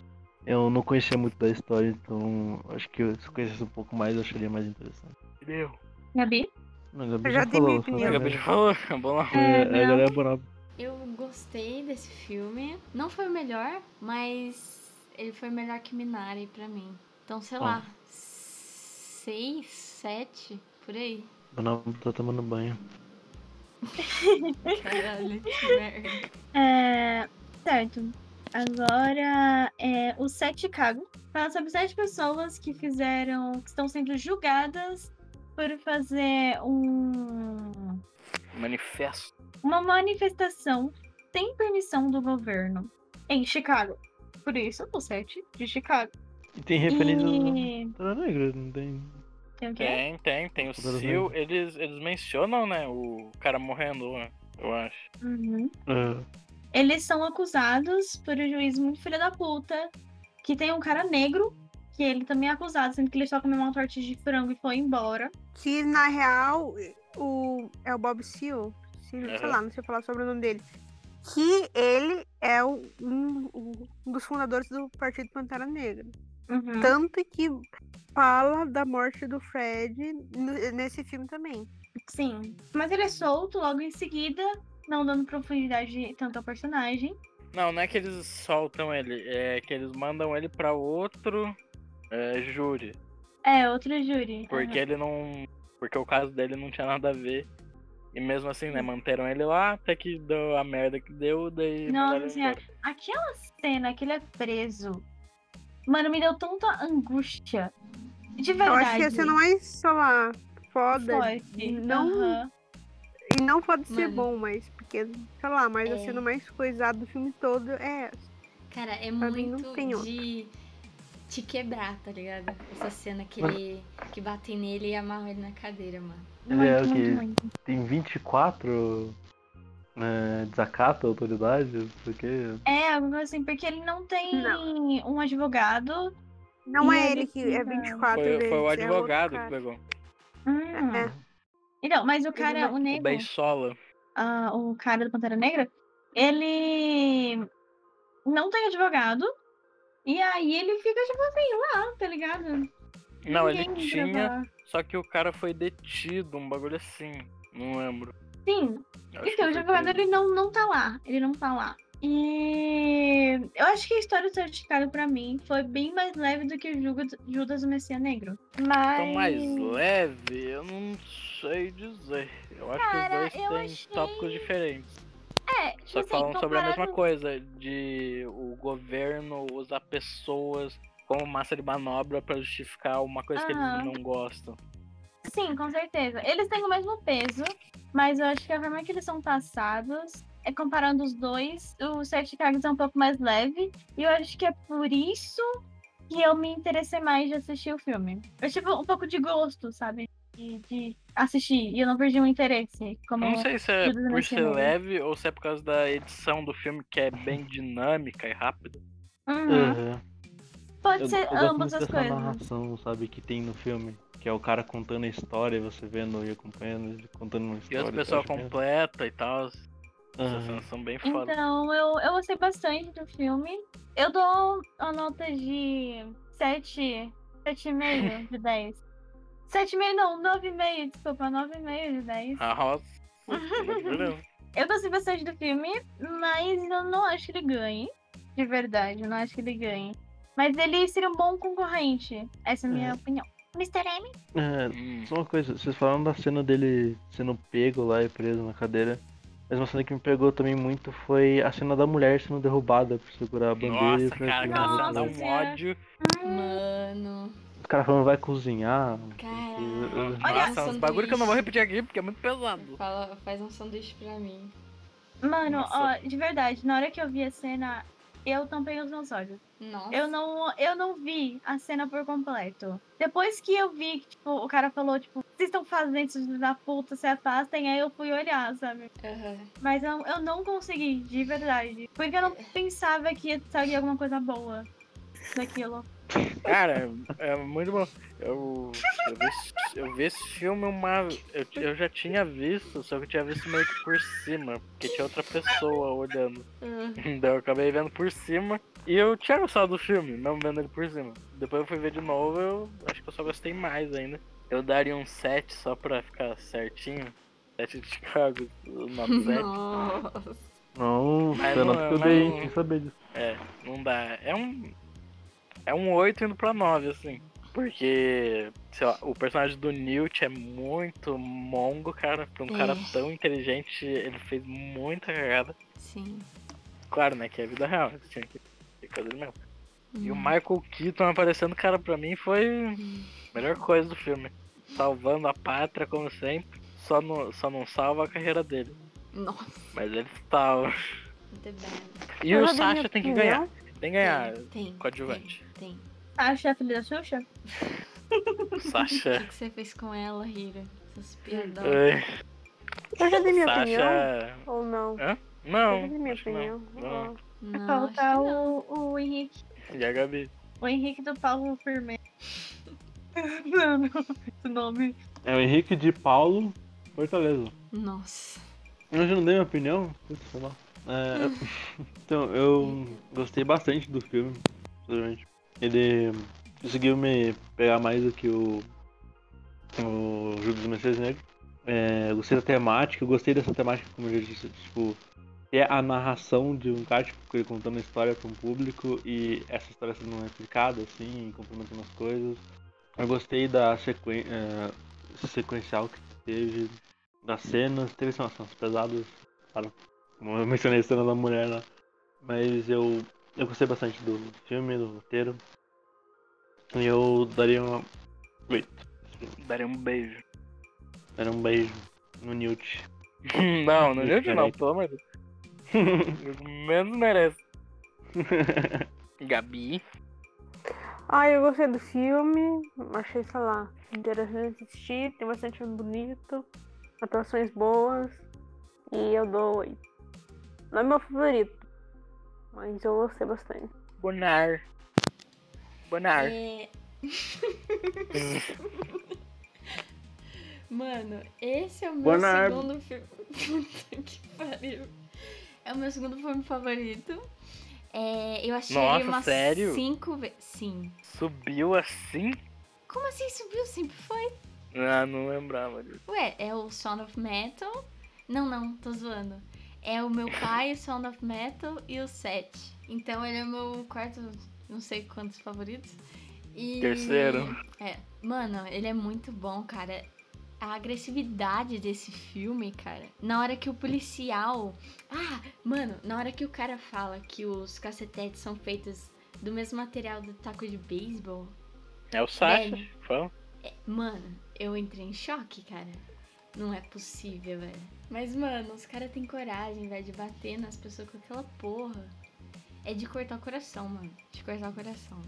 eu não conhecia muito da história, então acho que eu- se eu conhecesse um pouco mais eu acharia mais interessante. Entendeu? Gabi. Não, a Gabi Eu já já dei falou, minha falou, opinião. né? Gabi já falou, vamos lá. É, É, não. agora é a Bonapa. Eu gostei desse filme. Não foi o melhor, mas ele foi melhor que Minari pra mim. Então, sei Ó. lá, seis, sete, por aí. Bonapa tá tomando banho. Caralho, que merda. É, certo. Agora, é, o Sete Cago. Fala sobre sete pessoas que fizeram. que estão sendo julgadas por fazer um, Manifesto. uma manifestação sem permissão do governo em Chicago. Por isso, o sete de Chicago. E tem referência E- ao Negra, não tem. Tem o quê? Tem, tem, tem. O Todas Sil, eles, eles mencionam, né? O cara morrendo, né? Eu acho. Uhum. Ah. Eles são acusados por um juiz muito filho da puta, que tem um cara negro, que ele também é acusado, sendo que ele só comeu uma torta de frango e foi embora. que na real o, é o Bob Seal, Seal, sei Aham. lá, não sei falar sobre o nome dele. Que ele é o- um, um dos fundadores do Partido Pantera Negra. Uhum. Tanto que fala da morte do Fred n- nesse filme também. Sim. Mas ele é solto logo em seguida, não dando profundidade tanto ao personagem. Não, não é que eles soltam ele, é que eles mandam ele pra outro é, júri. É, outro júri. Porque ele não. Porque o caso dele não tinha nada a ver. E mesmo assim, né? Manteram ele lá, até que deu a merda que deu, daí. Nossa mandaram ele senhora. embora. Aquela cena que ele é preso. Mano, me deu tanta angústia. De Eu verdade. acho que a cena mais, sei lá, foda. Forte. Não- Aham. E não pode ser Mano. bom, mas porque, sei lá, mas a É. cena mais coisada do filme todo é essa. Cara, é Pra mim não muito tem outra. de te quebrar, tá ligado? Essa cena que ele que batem nele e amarram ele na cadeira, mano. Ele é o Muito, muito, que muito. tem 24 né, desacata à autoridade, não sei o quê. É, algo assim, porque ele não tem um advogado. Não E é ele ele que é fica- 24 Foi, vezes. foi o é outro advogado cara. que pegou. Hum. É. Então, mas o cara, não- é o O negro. Beisola. ah, o cara do Pantera Negra, ele não tem advogado. E aí ele fica, tipo assim, lá, tá ligado? Não, ele Ninguém entra tinha, pra- só que o cara foi detido, um bagulho assim. Não lembro. Sim, Acho que então, o foi advogado preso. ele não, não tá lá. Ele não tá lá. E eu acho que a história do certificado pra mim foi bem mais leve do que o Judas, Judas o Messias Negro. Mas. Então, mais leve, eu não sei dizer. Eu acho Cara, que eu os dois achei- têm tópicos diferentes. É, tipo Só que assim, falam sobre a mesma comparado- coisa, de o governo usar pessoas como massa de manobra pra justificar uma coisa que Aham. eles não gostam. Sim, com certeza. Eles têm o mesmo peso, mas eu acho que a forma que eles são passados é, comparando os dois, o Sete Cargos é um pouco mais leve. E eu acho que é por isso que eu me interessei mais de assistir o filme. Eu tive um pouco de gosto, sabe? De, de assistir. E eu não perdi o interesse. Como Não sei se é Tudo por nesse ser mundo. leve ou se é por causa da edição do filme que é bem dinâmica e rápida. Uhum. Pode Eu- ser eu gosto ambas muito as dessa coisas. narração, sabe, que tem no filme. Que é o cara contando a história, você vendo e acompanhando, ele contando uma E história. outra pessoa tá ligado? completa e tal. Essa Aham. sensação bem foda. Então, eu, eu gostei bastante do filme. Eu dou a nota de 7, 7,5 de 10. 7,5 não, 9,5, desculpa, 9,5 de 10. Ah, Rosa. Beleza. Eu gostei bastante do filme, mas eu não acho que ele ganhe. De verdade, eu não acho que ele ganhe. Mas ele seria um bom concorrente. Essa é a minha É. opinião. Mr. M? É, Hum. Só uma coisa, vocês falaram da cena dele sendo pego lá e preso na cadeira. Mas uma cena que me pegou também muito foi a cena da mulher sendo derrubada por segurar a bandeira. e Nossa, pra- cara, Nossa aquela cena dá um Senhora. ódio. Mano. Os caras falando vai cozinhar. Caralho. Olha, Nossa, uns bagulho que eu não vou repetir aqui porque é muito pesado. Fala, faz um sanduíche pra mim. Mano, Nossa. ó, de verdade, na hora que eu vi a cena, eu tampei os meus olhos. Nossa. Eu não, eu não vi a cena por completo. Depois que eu vi que, tipo, o cara falou, tipo, vocês estão fazendo isso da puta, se afastem, aí eu fui olhar, sabe? Aham. Mas eu, eu não consegui, de verdade. Porque eu não É. pensava que sairia alguma coisa boa daquilo. Cara, é muito bom. Eu, eu, vi, esse- eu vi esse filme uma. Eu, eu já tinha visto, só que eu tinha visto meio que por cima, porque tinha outra pessoa olhando. Ah, Então eu acabei vendo por cima. E eu tinha gostado do filme, mesmo vendo ele por cima. Depois eu fui ver de novo, eu acho que eu só gostei mais ainda. Eu daria um 7 só pra ficar certinho. 7 de Chicago, nota 7. Nossa. Não, Mas foi não não, é, que eu mas dei, não- hein, sem saber disso. Não dá. É um. É um 8 indo pra 9, assim. Porque, sei lá, o personagem do Newt é muito mongo, cara. Pra um É. cara tão inteligente, ele fez muita cagada. Sim. Claro, né? Que é a vida real. ele Tinha que ter coisa dele mesmo. E Uhum. o Michael Keaton aparecendo, cara, pra mim foi a melhor coisa do filme. Salvando a pátria, como sempre. Só não, só não salva a carreira dele. Nossa, Mas ele salva. muito bem. E Mas o eu dei minha Sasha tem que opinião. ganhar. Tem que ganhar. Tem, tem. coadjuvante. Tem. tem. A Ah, chefe da Xuxa? O O Sasha. que, que você fez com ela, Hira? Essas piadas. Ai. Eu já dei minha opinião. Sasha. é- Ou não? Não. Eu dei minha acho que não. opinião. Não. Não, acho que Falta não. o, o Henrique. E a Gabi? O Henrique do Paulo Firme. Mano, esse nome. É o Henrique de Paulo, Fortaleza. Nossa. Eu já não dei minha opinião? Putz, sei lá. É, então, eu gostei bastante do filme, sinceramente. Ele conseguiu me pegar mais do que o, o Jogo dos Mercedes Negros. É, eu gostei da temática, eu gostei dessa temática, como eu já disse, tipo, é a narração de um cara, tipo, ele contando a história para um público e essa história sendo replicada, assim, complementando as coisas. Eu gostei da sequen é, sequencial que teve, das cenas, teve assim, umas cenas pesadas, claro, como eu mencionei a cena da mulher lá, mas eu, eu gostei bastante do filme, do roteiro, e eu daria uma... Wait, Daria um beijo. daria um beijo no Newt. não, não deu de não, Diferente. pelo amor de Deus. Menos merece. Gabi. Ai, eu gostei do filme. Achei, sei lá, interessante assistir. Tem bastante filme bonito. Atuações boas. E eu dou oito. Não é meu favorito. Mas eu gostei bastante. Bonar. Bonar. É... Mano, esse é o meu Bonar. segundo filme. Puta que pariu. É o meu segundo filme favorito. É, eu achei Nossa, ele umas sério? cinco vezes. Sim. Subiu assim? Como assim subiu? Sempre foi. Ah, não lembrava disso. Ué, é o Sound of Metal. Não, não, tô zoando. É o meu pai, o Sound of Metal e o 7. Então ele é o meu quarto, não sei quantos favoritos. E- Terceiro. É. Mano, ele é muito bom, cara. A agressividade desse filme, cara. Na hora que o policial. Ah, mano, na hora que o cara fala que os cacetetes são feitos do mesmo material do taco de beisebol, É o Sasha? Velho. Fala. Mano, eu entrei em choque, cara. Não é possível, velho. Mas, mano, os caras têm coragem, velho, de bater nas pessoas com aquela porra. É de cortar o coração, mano. De cortar o coração.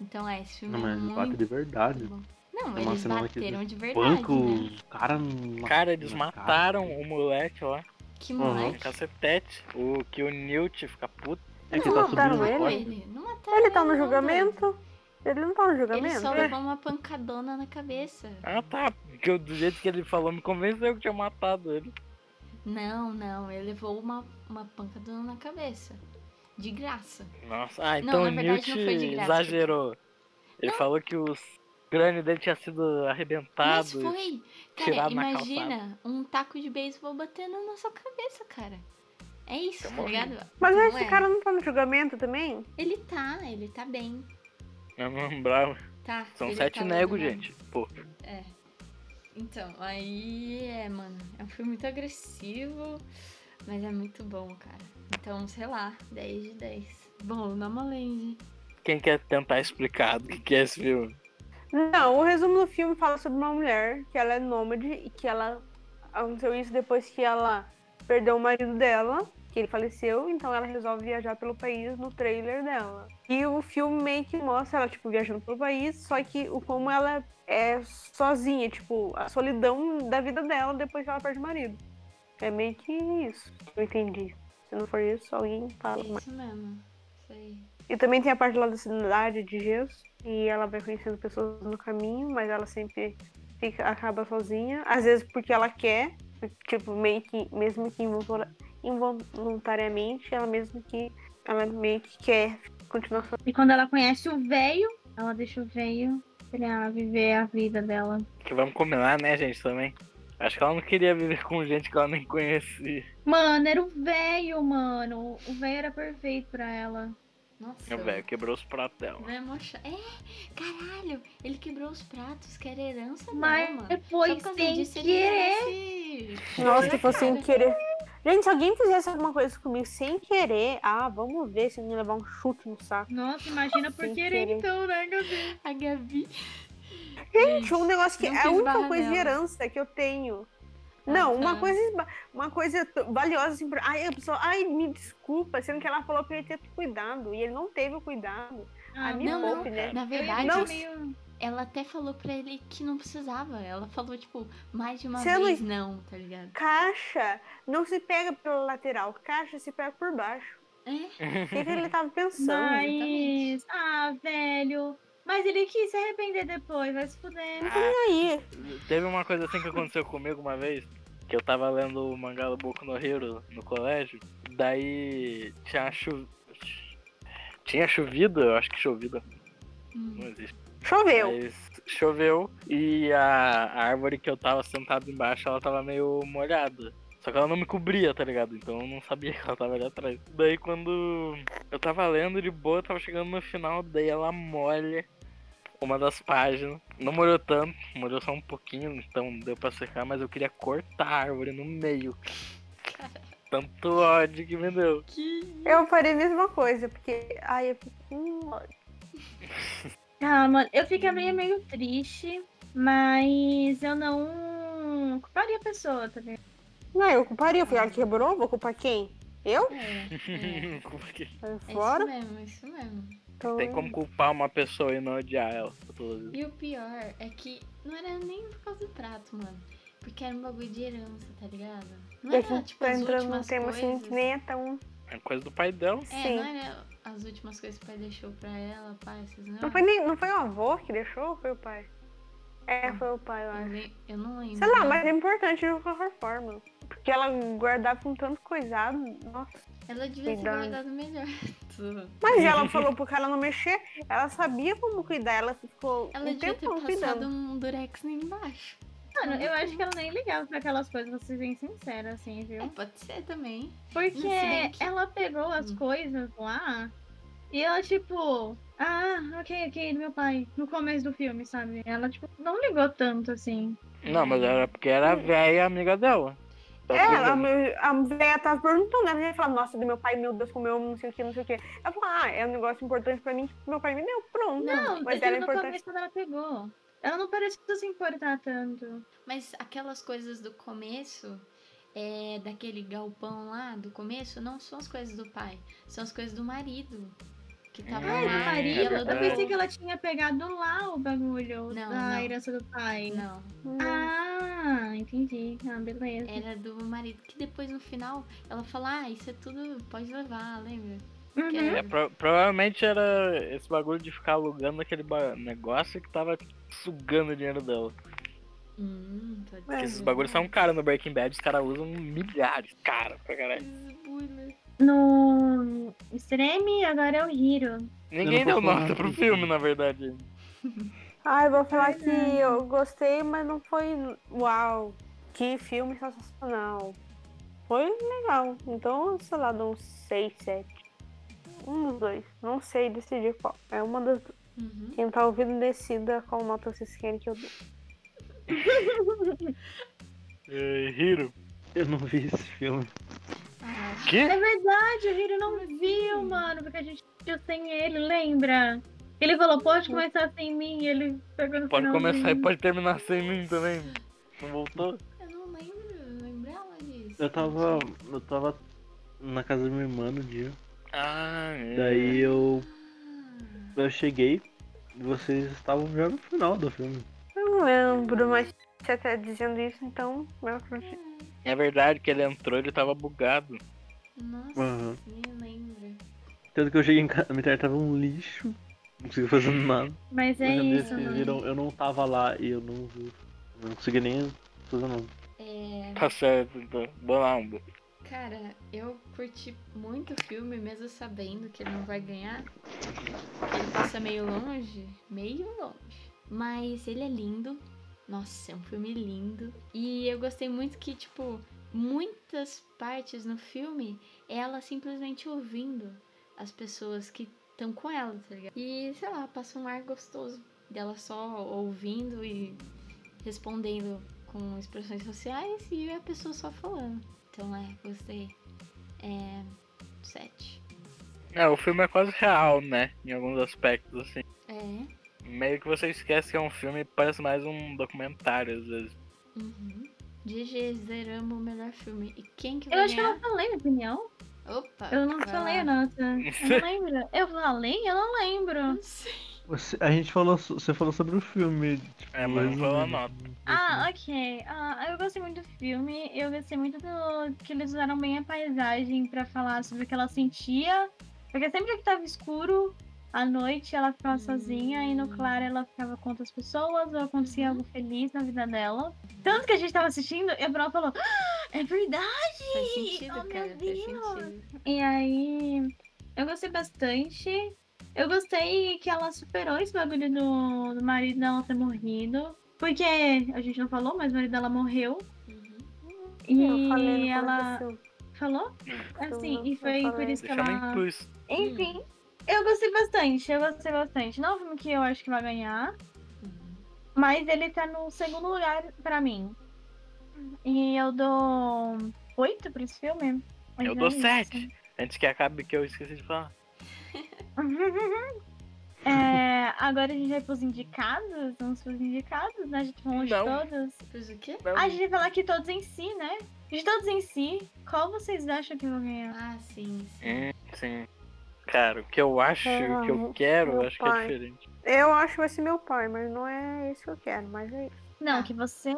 Então, é, esse filme Não, é mas bate muito de verdade. bom. Não, É uma eles cena que bateram de verdade, Banco, né? o cara. na- Cara, eles na mataram cara. o moleque lá. Que Aham. moleque. Cacetete. O que o Newt fica puto. É que Não tá mataram subindo Não mataram no corte. ele. Não mataram Ele tá no não, julgamento. Ele não tá no doido. Ele julgamento. É. só É. levou uma pancadona na cabeça. Ah tá, porque eu- do jeito que ele falou me convenceu que tinha matado ele. Não, não, ele levou uma, uma pancadona na cabeça. De graça. Nossa, ah, Não, então na o verdade, Newt não foi de graça. exagerou. Ele falou que o crânio dele tinha sido Mas arrebentado. foi. Cara, tirado na imagina um taco de beisebol batendo na sua cabeça, cara. É isso, Tá tá morrendo. ligado? Mas Não esse é. cara não tá no julgamento também? Ele tá, ele tá bem. Eu não lembrava. Tá. um São ele sete tá negos, bem. gente. Pô, Então, aí é, mano, é um filme muito agressivo, mas é muito bom, cara. Então, sei lá, 10 de 10. Bom, dá uma lente. quem quer tentar explicar do que que é esse filme? Não, o resumo do filme fala sobre uma mulher que ela é nômade e que ela aconteceu isso depois que ela perdeu o marido dela, que ele faleceu, então ela resolve viajar pelo país no trailer dela. E o filme meio que mostra ela, tipo, viajando pelo país, só que o como ela é sozinha, tipo, a solidão da vida dela depois que ela perde o marido. É meio que isso, eu entendi. Se não for isso, alguém É fala. mais. isso mesmo. Isso aí. E também tem a parte lá da cidade de gesso. E ela vai conhecendo pessoas no caminho, mas ela sempre fica, acaba sozinha. Às vezes porque ela quer, tipo, meio que, mesmo que involuntar- involuntariamente, ela mesmo que ela meio que quer continuar sozinha. E quando ela conhece o velho, ela deixa o velho pra viver a vida dela. Que vamos combinar, né, gente, também. Acho que ela não queria viver com gente que ela nem conhecia. Mano, era o velho, mano. O velho era perfeito pra ela. Nossa. O velho quebrou os pratos dela. Vai mostrar. É, caralho, ele quebrou os pratos, que era herança Mas não, mano. Só depois por causa sem disso, querer. ele merece- Nossa, tipo, Cara, sem querer. Gente, se alguém fizesse alguma coisa comigo sem querer, ah, vamos ver se não levar um chute no saco. Nossa, imagina por Sem querer querer. então, né, Gabi? A Gabi. Gente, um negócio que não é a quis única barra coisa de nela. herança que eu tenho. Ah, Não, uma tá. coisa esba- uma coisa t- valiosa assim, pra- ai, a pessoa, ai, me desculpa, sendo que ela falou pra ele ter cuidado e ele não teve o cuidado. Ah, a me não, não. poupe, né? Na verdade, Não. meio... ela até falou pra ele que não precisava. Ela falou, tipo, mais de uma Você é não- vez não, tá ligado? Caixa não se pega pela lateral, caixa se pega por baixo. É, O que, que ele tava pensando? Mas. Ah, velho. Mas ele quis se arrepender depois, vai se fuder. E Ah, aí? Teve uma coisa assim que aconteceu comigo uma vez, que eu tava lendo o mangá do Boku no Hero no colégio, daí tinha chu... tinha chovido, eu acho que chovido, hum, não existe. Choveu. Mas choveu e a a árvore que eu tava sentado embaixo, ela tava meio molhada. Só que ela não me cobria, tá ligado? Então eu não sabia que ela tava ali atrás. Daí quando eu tava lendo de boa, tava chegando no final, daí ela molha uma das páginas. Não molhou tanto, molhou só um pouquinho, então deu pra secar, mas eu queria cortar a árvore no meio. Tanto ódio que me deu. que... Eu faria a mesma coisa, porque ai, eu fico com ódio. Ah, mano, eu ficaria meio triste, mas eu não culparia a pessoa, tá ligado? Não, eu culparia, foi ela que quebrou, vou culpar quem? Eu? É, é. Porque Sai É Fora? isso mesmo, é isso mesmo. Então, Tem como culpar uma pessoa e não odiar ela. E o pior é que não era nem por causa do prato, mano. Porque era um bagulho de herança, tá ligado? Não E a era, gente tipo, tá as entrando num últimas tema assim coisas. que nem é tão. assim. É coisa do pai dela. É, sim. não era as últimas coisas que o pai deixou pra ela, pai, esses Não foi, nem, não foi o avô que deixou ou foi o pai? É, Ah, foi o pai, eu Eu, acho. nem- eu não lembro. Sei lá, mas é importante de qualquer forma. Porque ela guardava com tanto cuidado. Nossa. Ela devia Então, ter Cuidado. guardado melhor. tudo. Mas ela falou pro cara não mexer, ela sabia como cuidar, ela ficou Ela um devia ter tempão passado cuidando. um durex ali embaixo. Mano, eu acho que ela nem ligava pra aquelas coisas, pra ser bem sincera, assim, É, viu? pode ser também. Porque se bem que- ela pegou as Hum. coisas lá e ela, tipo, ah, ok, ok, do meu pai, no começo do filme, sabe? Ela, tipo, não ligou tanto assim. Não, mas era porque era a velha amiga dela. Tá Hum. É, ela- tudo a velha tava perguntando, né, ela ia falar, nossa, do meu pai, meu Deus, como eu não sei o que, não sei o que. Ela falou, ah, é um negócio importante pra mim que meu pai me deu, pronto. Não, mas mas ela é no importante. começo quando ela pegou. Ela não parecia se importar tanto. Mas aquelas coisas do começo, é, daquele galpão lá do começo, não são as coisas do pai, são as coisas do marido. Que tava É, É, do lá. marido. e ela eu deu- pensei que ela tinha pegado lá o bagulho Não, da não. herança do pai. Não, Ah, entendi. Ah, beleza. era do marido. Que depois no final ela fala: Ah, isso é tudo, pode levar, lembra? Uhum. Que era- É, pro- provavelmente era esse bagulho de ficar alugando aquele ba- negócio que tava sugando o dinheiro dela. Hum, pode É, Porque ser. esses bagulhos são caros no Breaking Bad, os caras usam milhares, cara, pra caralho. Esses spoilers. No Extreme, agora é o Hiro. Ninguém não posso deu falar nota nada pro disso. filme, na verdade. Ah, eu vou falar que eu gostei, mas não foi. Uau, que filme sensacional. Foi legal. Então, sei lá, dou uns 6, 7. Um dos dois. Não sei decidir qual. É uma das. Uhum. Quem tá ouvindo decida qual nota vocês querem que eu dê. Eh, Hiro. Eu não vi esse filme. Ah, Que? É verdade, o Hiro não viu, mano, porque a gente assistiu sem ele, lembra? Ele falou, pode começar sem mim, e ele pegou no Pode finalzinho. começar e pode terminar sem mim também. Não voltou? eu não lembro, eu lembrava disso. Eu tava. Eu tava na casa da minha irmã no dia. Ah, é. Daí eu. Ah, Eu cheguei e vocês estavam já no final do filme. Eu não lembro, mas você tá dizendo isso, então. eu acredito. É verdade que ele entrou, ele tava bugado. nossa, Aham. nem lembro. Tanto que eu cheguei em casa, minha internet tava um lixo. Não consegui fazer nada. Mas é eu, já isso, disse, mano. eu, não, eu não tava lá e eu não vi. Eu não consegui nem fazer nada. É, Tá certo, então. Bolando. cara, eu curti muito o filme, mesmo sabendo que ele não vai ganhar. que Ele passa meio longe, meio longe. Mas ele é lindo. Nossa, é um filme lindo. E eu gostei muito que, tipo, muitas partes no filme é ela simplesmente ouvindo as pessoas que estão com ela, tá ligado? E, sei lá, passa um ar gostoso dela só ouvindo e respondendo com expressões sociais e a pessoa só falando. Então é, gostei. É. 7. É, o filme é quase real, né? Em alguns aspectos, assim. É. Meio que você esquece que é um filme e parece mais um documentário, às vezes. Uhum. GG, zeramos o melhor filme. E quem que vai Eu acho que eu ganhar? não falei a opinião. Opa! Eu não vai falei lá. a nota. Eu não lembro. Eu falei? Eu não lembro. Não sei. Você- a gente falou. so- Você falou sobre o filme. Tipo, É, mas eu não falou a lembro. nota. Ah, ok. Ah, eu gostei muito do filme. Eu gostei muito do que eles usaram bem a paisagem pra falar sobre o que ela sentia. Porque sempre que tava escuro, à noite ela ficava Hum. sozinha e no claro ela ficava com outras pessoas ou acontecia Uhum. algo feliz na vida dela. Tanto que a gente tava assistindo e a Bruna falou: "Ah, É verdade! Faz sentido, oh, meu cara. Faz Deus. sentido. E aí, eu gostei bastante. Eu gostei que ela superou esse bagulho do, do marido dela ter morrido. Porque a gente não falou, mas o marido dela morreu. Uhum. Eu falei no E começo ela do filme. falou? Assim, e foi Eu por falei. isso que Deixa ela. nem plus. Enfim, eu gostei bastante, eu gostei bastante. Não é um filme que eu acho que vai ganhar, Uhum. mas ele tá no segundo lugar pra mim. E eu dou oito pra esse filme. Mas Eu é dou isso. sete. Antes que acabe que eu esqueci de falar. É, agora a gente vai pros indicados, vamos pros indicados, né? A gente falou de Não. todos. Fez o quê? Ah, a gente vai falar aqui todos em si, né? De todos em si, qual vocês acham que vão ganhar? Ah, sim. sim. Hum, sim. Cara, o que eu acho, o que eu É, Meu quero, eu acho que é pai. diferente. Eu acho que vai ser meu pai, mas não é esse que eu quero, mas é isso. Não, Ah. que você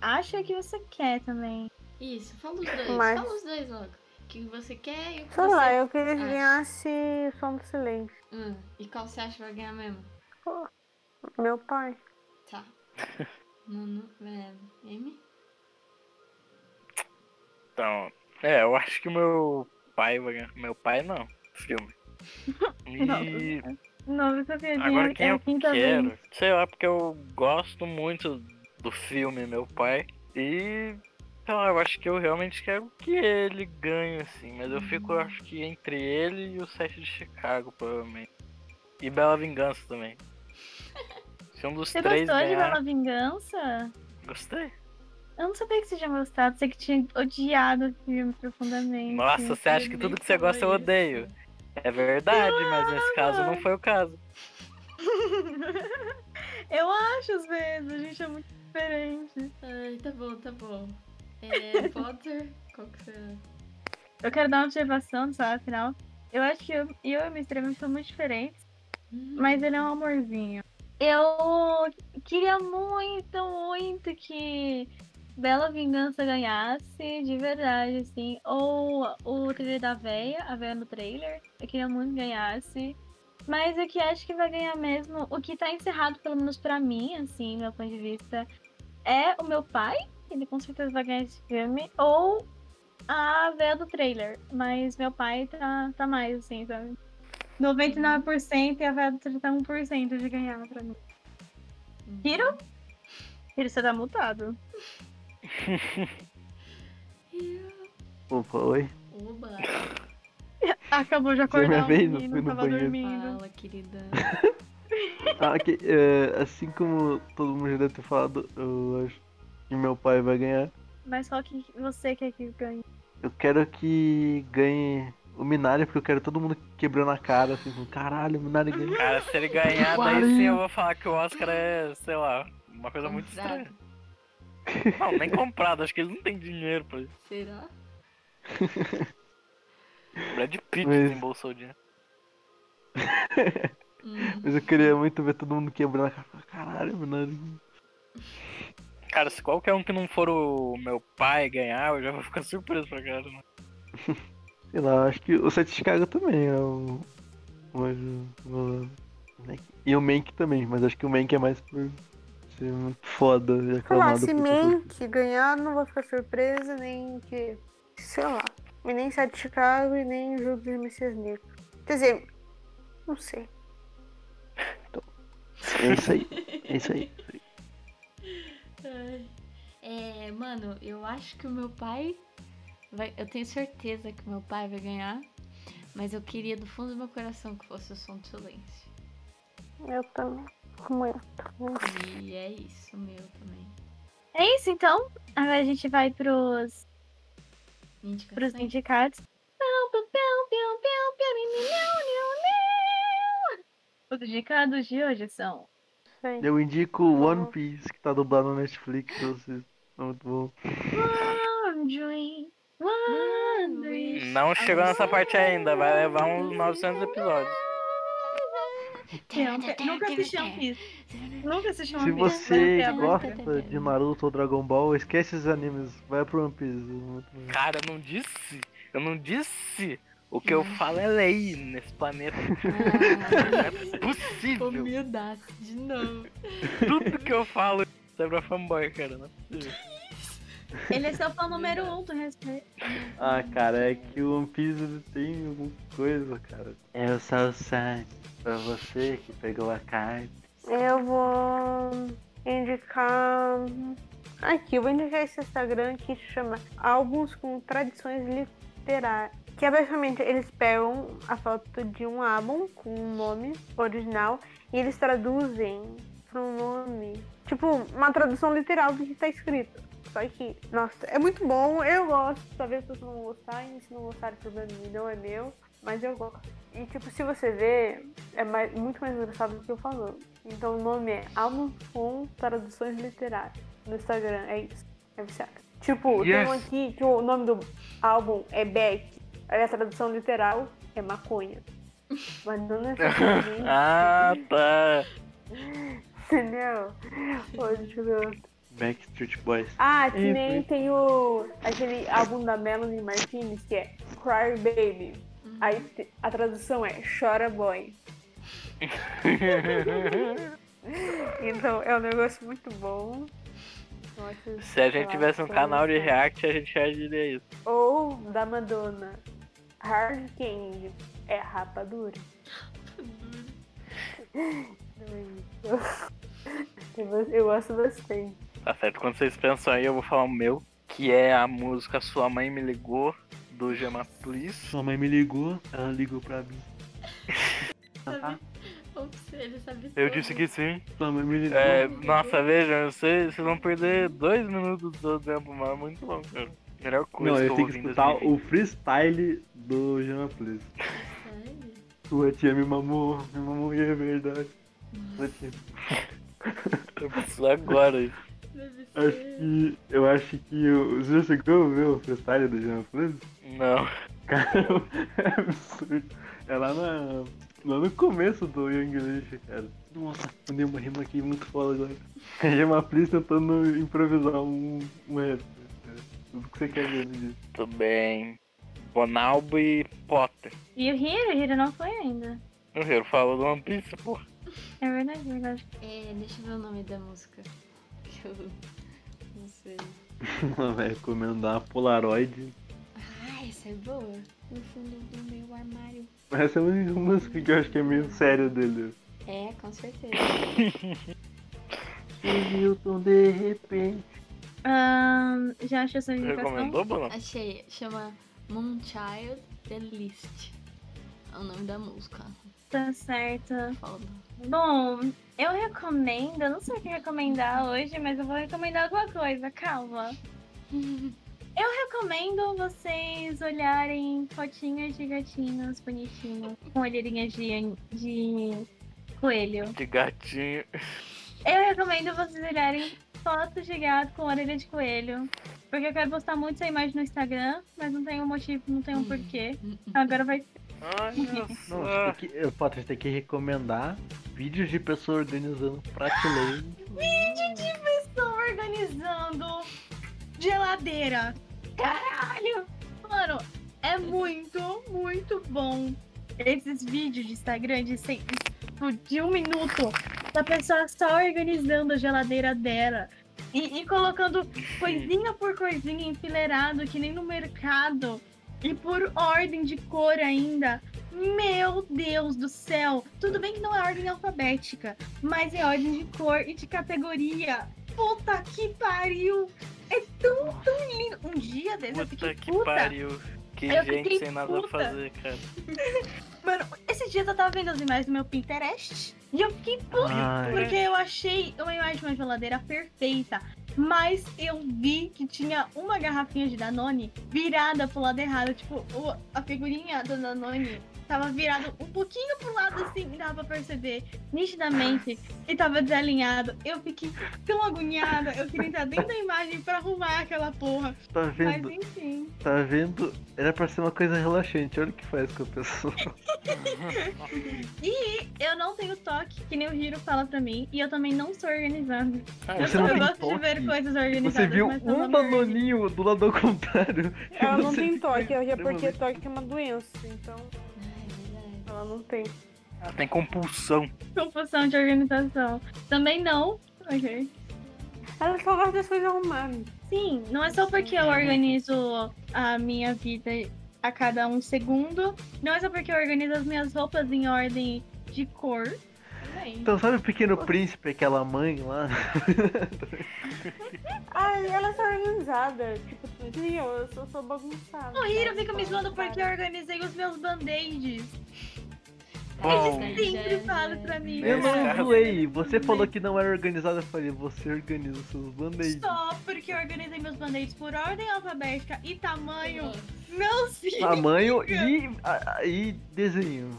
acha que você quer também. Isso, fala os dois. Mas- Fala os dois logo. O que você quer e o que Sei você... lá, eu queria que acha? ganhasse o som do silêncio. Hum, E qual você acha que vai ganhar mesmo? Meu pai. Tá. Nuno, é, M? Então, é, eu acho que meu pai vai ganhar. Meu pai não. Filme. E Não, você quer agora quem é eu a quinta quero, vez. sei lá, porque eu gosto muito do filme Meu Pai. E sei lá, eu acho que eu realmente quero que ele ganhe, assim, mas eu fico, eu acho que entre ele e o Sete de Chicago, provavelmente. E Bela Vingança também. Se um dos Você três gostou de ganhar, Bela Vingança? gostei. Eu não sabia que você tinha gostado, sei que tinha odiado o filme profundamente. Nossa, você acha que Ele tudo nem que você falou gosta eu isso. odeio. É verdade, mas nesse caso não foi o caso. Eu acho, às vezes, a gente é muito diferente. Ai, tá bom, tá bom. É, Potter, qual que será? Eu quero dar uma observação, sabe, afinal. Eu acho que eu, eu e o Mr. Evans são muito diferentes, mas ele é um amorzinho. Eu queria muito, muito que Bela Vingança ganhasse, de verdade, assim. Ou o trailer da Veia, a Veia no trailer. Eu queria muito que ganhasse. Mas o que acho que vai ganhar mesmo, o que tá encerrado, pelo menos pra mim, assim, meu ponto de vista, é o meu pai. Ele com certeza vai ganhar esse filme. Ou a Veia do trailer. Mas meu pai tá, tá mais, assim, sabe? 99% e a Veia do trailer tá 1% de ganhar pra mim. Tiro? Tiro, você tá mutado. Hum, Opa, oi. Oba, Ah, Acabou de Foi minha acordar o vez, eu menino, fui no tava banheiro. dormindo. fala, querida. Ah, ok, é, assim como todo mundo já deve ter falado, eu acho que meu pai vai ganhar. Mas só que você quer que ganhe. Eu quero que ganhe o Minari, porque eu quero todo mundo quebrando a cara, assim, com caralho, o Minari ganha. Cara, se ele ganhar, daí sim eu vou falar que o Oscar é, sei lá, uma coisa muito estranha. Comprado. Não, nem comprado, acho que ele não tem dinheiro pra isso. Será? O Brad Pitt Mas- desembolsou o dinheiro. Hum, Mas eu queria muito ver todo mundo quebrando a cara, falar, caralho, o Minari ganha. Cara, se qualquer um que não for o meu pai ganhar, eu já vou ficar surpreso pra né? cara. Sei lá, acho que o Sete de Chicago também é um... um anjo, um- E o Mank também, mas acho que o Mank é mais por ser muito foda e Sei lá, aclamado se por pessoas. nem que ganhar, não vou ficar surpresa, nem que. Sei lá. E nem Sete de Chicago e nem Jogo dos Messias Negros. Quer dizer, não sei. É isso aí, é isso aí. ai. É, mano, eu acho que o meu pai. Vai, eu tenho certeza que o meu pai vai ganhar. Mas eu queria do fundo do meu coração que fosse o som do silêncio. Eu também. Como eu também. E é isso, meu também. É isso então. Agora a gente vai pros, pros Indicações. indicados. Pau, pau, pau, pau, pau, pau, ni, ni, niu, niu, niu. Os indicados de hoje são. sei. Eu indico One Piece, que tá dublado na Netflix, pra vocês. Tá muito bom. Wandering, Wandering. Não chegou nessa parte ainda, vai levar uns 900 episódio. Nunca assisti One Piece. Nunca assisti One Se Piece. você Vai ter a tá, gosta tá. de Naruto ou Dragon Ball, esquece esses animes, vai pro One Piece. é muito bom. Cara, eu não disse. Eu não disse. O que eu falo é lei nesse planeta. Não é possível. Humildaço Ah, de novo. Tudo que eu falo é pra fanboy, cara. Não é possível. Ele é seu fã número um do respeito. Ah, cara, é que o One Piece ele tem alguma coisa, cara. Eu sou o Sanji, pra você que pegou a carta. Eu vou indicar. Aqui, eu vou indicar esse Instagram que chama Álbuns com Tradições Literárias. Que é basicamente, eles pegam a foto de um álbum com um nome original e eles traduzem para um nome. Tipo, uma tradução literal do que tá escrito. Só que, nossa, é muito bom, eu gosto. Talvez as pessoas não gostarem, se não gostarem, problema meu, não é meu, mas eu gosto. E, tipo, se você vê, é mais- muito mais engraçado do que eu falando. Então o nome é Álbum com Traduções Literárias no Instagram, é isso. É viciado. Tipo, tem um Yes. aqui que o nome do álbum é Beck. Aí a tradução literal é maconha. Mas não necessariamente. Ah, tá. Entendeu? Ô, deixa eu ver. outro. Backstreet Boys. Ah, que Isso, nem tem o, aquele álbum da Melanie Martinez que é Cry Baby. Aí te- a tradução é Chora Boy. então é um negócio muito bom. Eu acho, Se sei a gente lá, tivesse um só canal de isso. react, a gente já diria isso. Ou da Madonna. Hard Candy é rapadura. Então é isso. Eu gosto- Eu gosto bastante. Tá certo, quando vocês pensam aí, eu vou falar o meu, que é a música Sua Mãe Me Ligou, do Gema Please. Sua mãe me ligou, ela ligou pra mim. Tá. Sabe? Ops, ele sabe Eu tudo. disse que sim. Sua mãe me ligou. É, Uhum. nossa, vejam, vocês, vocês vão perder dois minutos do seu tempo, mas é muito bom, cara. Melhor coisa Não, eu que eu assim. tenho ouvi que em escutar 2020. o freestyle do Jean Please. Sério? Sua tia me mamou, me mamou e é verdade. Sua tia. Eu preciso agora. hein? Deve Acho ser. que. Eu acho que. o- Você já chegou a ver o freestyle do Jean Flames? Não. Cara, é absurdo. É lá, na, lá no começo do Young Leash, cara. Nossa, mandei uma rima tá aqui muito foda agora. É Gema Plis tentando improvisar um, um rap. cara. Tudo que você quer ver no disco. Tudo bem. Bonalbo e Potter. E o Hiro, o Hiro não foi ainda. O Hiro falou do One Piece, porra. É verdade, é verdade. É, deixa eu ver o nome da música. Que eu não sei. Ela vai recomendar a Polaroid. Ah, essa é boa. No fundo do meu armário. Essa é a única música que eu acho que é meio sério dele. É, com certeza. Milton, de repente. Ahn, já achei essa indicação? Recomendou, Bruno? Achei. Chama Moonchild The List. É o nome da música. Tá certo. Foda. Bom, eu recomendo, eu não sei o que recomendar hoje, mas eu vou recomendar alguma coisa, calma. Eu recomendo vocês olharem fotinhas de gatinhos bonitinhos, com olheirinhas de, de coelho. De gatinho. Eu recomendo vocês olharem fotos de gato com orelha de coelho. Porque eu quero postar muito essa imagem no Instagram, mas não tem um motivo, não tem um porquê. Agora vai. Olha Não, você só. tem que, eu, Potter, você tem que recomendar vídeos de pessoa organizando prateleira. Vídeo de pessoa organizando geladeira. Caralho! Mano, é muito, muito bom. Esses vídeos de Instagram de, cem- tipo, de um minuto da pessoa só organizando a geladeira dela. E, e colocando coisinha por coisinha enfileirado, que nem no mercado. E por ordem de cor ainda. Meu Deus do céu! Tudo bem que não é ordem alfabética, mas é ordem de cor e de categoria. Puta que pariu! É tão, tão lindo. Um dia desse eu Puta fiquei que puta. pariu. Que Eu gente fiquei sem nada a puta. fazer, cara. Mano, esses dias eu tava vendo as imagens do meu Pinterest e eu fiquei Uhum. puta Ai, porque eu achei uma imagem de uma geladeira perfeita. Mas eu vi que tinha uma garrafinha de Danone virada pro lado errado. Tipo, o- a figurinha do Danone tava virada um pouquinho pro lado assim, e dava pra perceber nitidamente que tava desalinhado. Eu fiquei tão agoniada. Eu queria entrar dentro da imagem pra arrumar aquela porra. tá Mas vendo? enfim. Tá vendo? Era pra ser uma coisa relaxante, olha o que faz com a pessoa. E eu não tenho toque, que nem o Hiro fala pra mim, e eu também não sou organizada. Ah, Eu, Você só- não eu tem gosto de toque? ver coisas organizadas. tá Você viu mas eu não um me danoninho do lado ao contrário. Ela não Você tem fica toque, é porque extremamente- toque é uma doença, então Ai, Ah, é verdade. ela não tem. Ela tem compulsão. Confusão de organização. Também não. Ok. Ela só gosta das coisas arrumadas. Sim, não é só porque eu organizo a minha vida a cada um segundo. Não é só porque eu organizo as minhas roupas em ordem de cor. Também. Então sabe o pequeno príncipe, aquela mãe lá? Ai, ela é organizada. Tipo, sim, eu, eu sou, sou bagunçada. O Oh, Hiro fica me zoando Bagunçada. porque eu organizei os meus band-aids. Bom, Ele sempre fala pra mim. Eu Exato. não é zoei. Você falou que não era organizado, eu falei, você organiza os seus band-aids. Só porque eu organizei meus band-aids por ordem alfabética e tamanho. Nossa, Não sim! Tamanho e, a- a- e desenho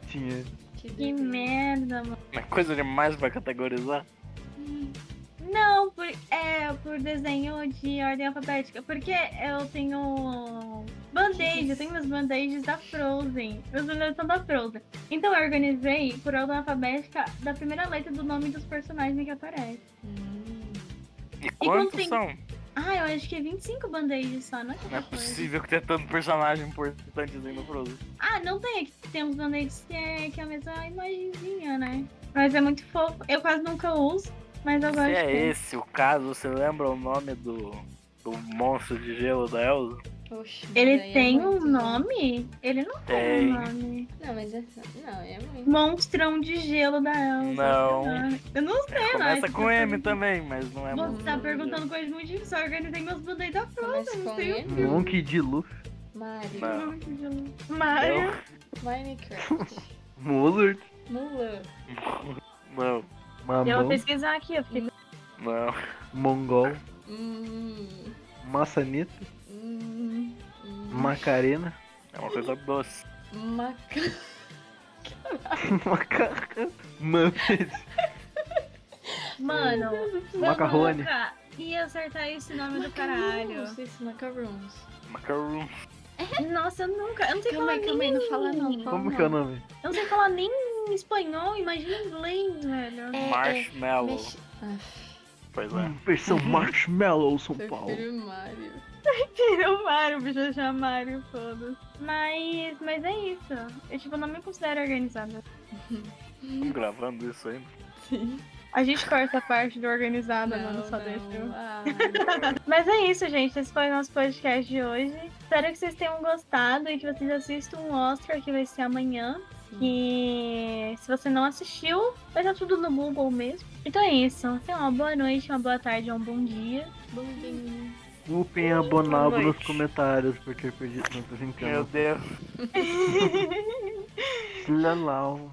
que tinha. Que, Que doido. merda, mano. é coisa demais pra categorizar. Não, por, é por desenho de ordem alfabética. Porque eu tenho band-aid, eu tenho meus band-aids da Frozen. Meus band-aids são da Frozen. Então eu organizei por ordem alfabética da primeira letra do nome dos personagens que aparece. Hum. E quantos tem- são? Ah, eu acho que é 25 band-aids só, não é Não é qualquer coisa. possível que tenha tanto personagem importante assim no Frozen. Ah, não tem. é que Tem uns band-aids que é, que é a mesma imagenzinha, né? Mas é muito fofo. Eu quase nunca uso, mas eu Se gosto. é esse o caso, você lembra o nome do, do monstro de gelo da Elsa? Oxe, Ele mas aí é tem um muito, né? nome? Ele não tem um nome. Não, mas é. Não, é muito. Monstrão de gelo da Elsa. Não. É, Ah, Eu não sei, né? Começa Você com tá M perguntando- também, mas não é Você tá monstro de gelo. perguntando coisas muito difíceis. Eu organizei meus band-aids da Começa Frozen, não com sei o M? que. Monkey de Luffy. um- Mario. Não. Mario. Minecraft. Mozart? Mulan. Não, Eu vou Mamão? pesquisar aqui, eu fiquei. não. Mongol? Hum. Maçaneta? Hum. hum. Macarena? É uma coisa doce. Maca. Macarrão? Muppet? Mano, vamos Macarrone. colocar- E acertar esse nome do caralho. Macarons, Esse macarons. Macaroon. Nossa, eu nunca. Eu não sei Calma aí, falar calma aí, nem. não fala não, não fala Como que é o nome? Eu não sei falar nem em espanhol, imagina em inglês, velho. É, Marshmallow. Mexe... Ah, Pois é. Versão Hum. Marshmallow São Paulo. prefiro Mario. Tira o Mario, bicho, eu chamo Mario, foda Mas, mas é isso. Eu, tipo, não me considero organizada. Hum. Estamos gravando isso ainda. Sim. A gente corta a parte do organizada, mano, só deixa. eu- ah, Mas é isso, gente. Esse foi o nosso podcast de hoje. Espero que vocês tenham gostado e que vocês assistam o Oscar que vai ser amanhã. E se você não assistiu, vai estar tudo no Google mesmo. Então é isso. Tenham uma boa noite, uma boa tarde, um bom dia. Bom dia. Desculpem a Bonabo noite. é nos comentários por ter perdido. Não tô Meu brincando. Deus. Lalau.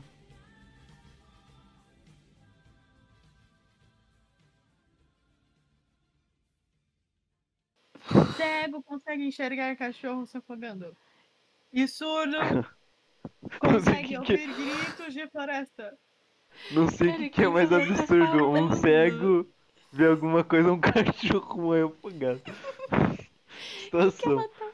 Cego consegue enxergar cachorro se afogando. E surdo Não sei consegue o que que- ouvir gritos de floresta. Não sei o Cara, que, que que é mais coisa tá absurdo. Um falando? cego ver alguma coisa, um cachorro morrer afogado. O que ela Situação. tá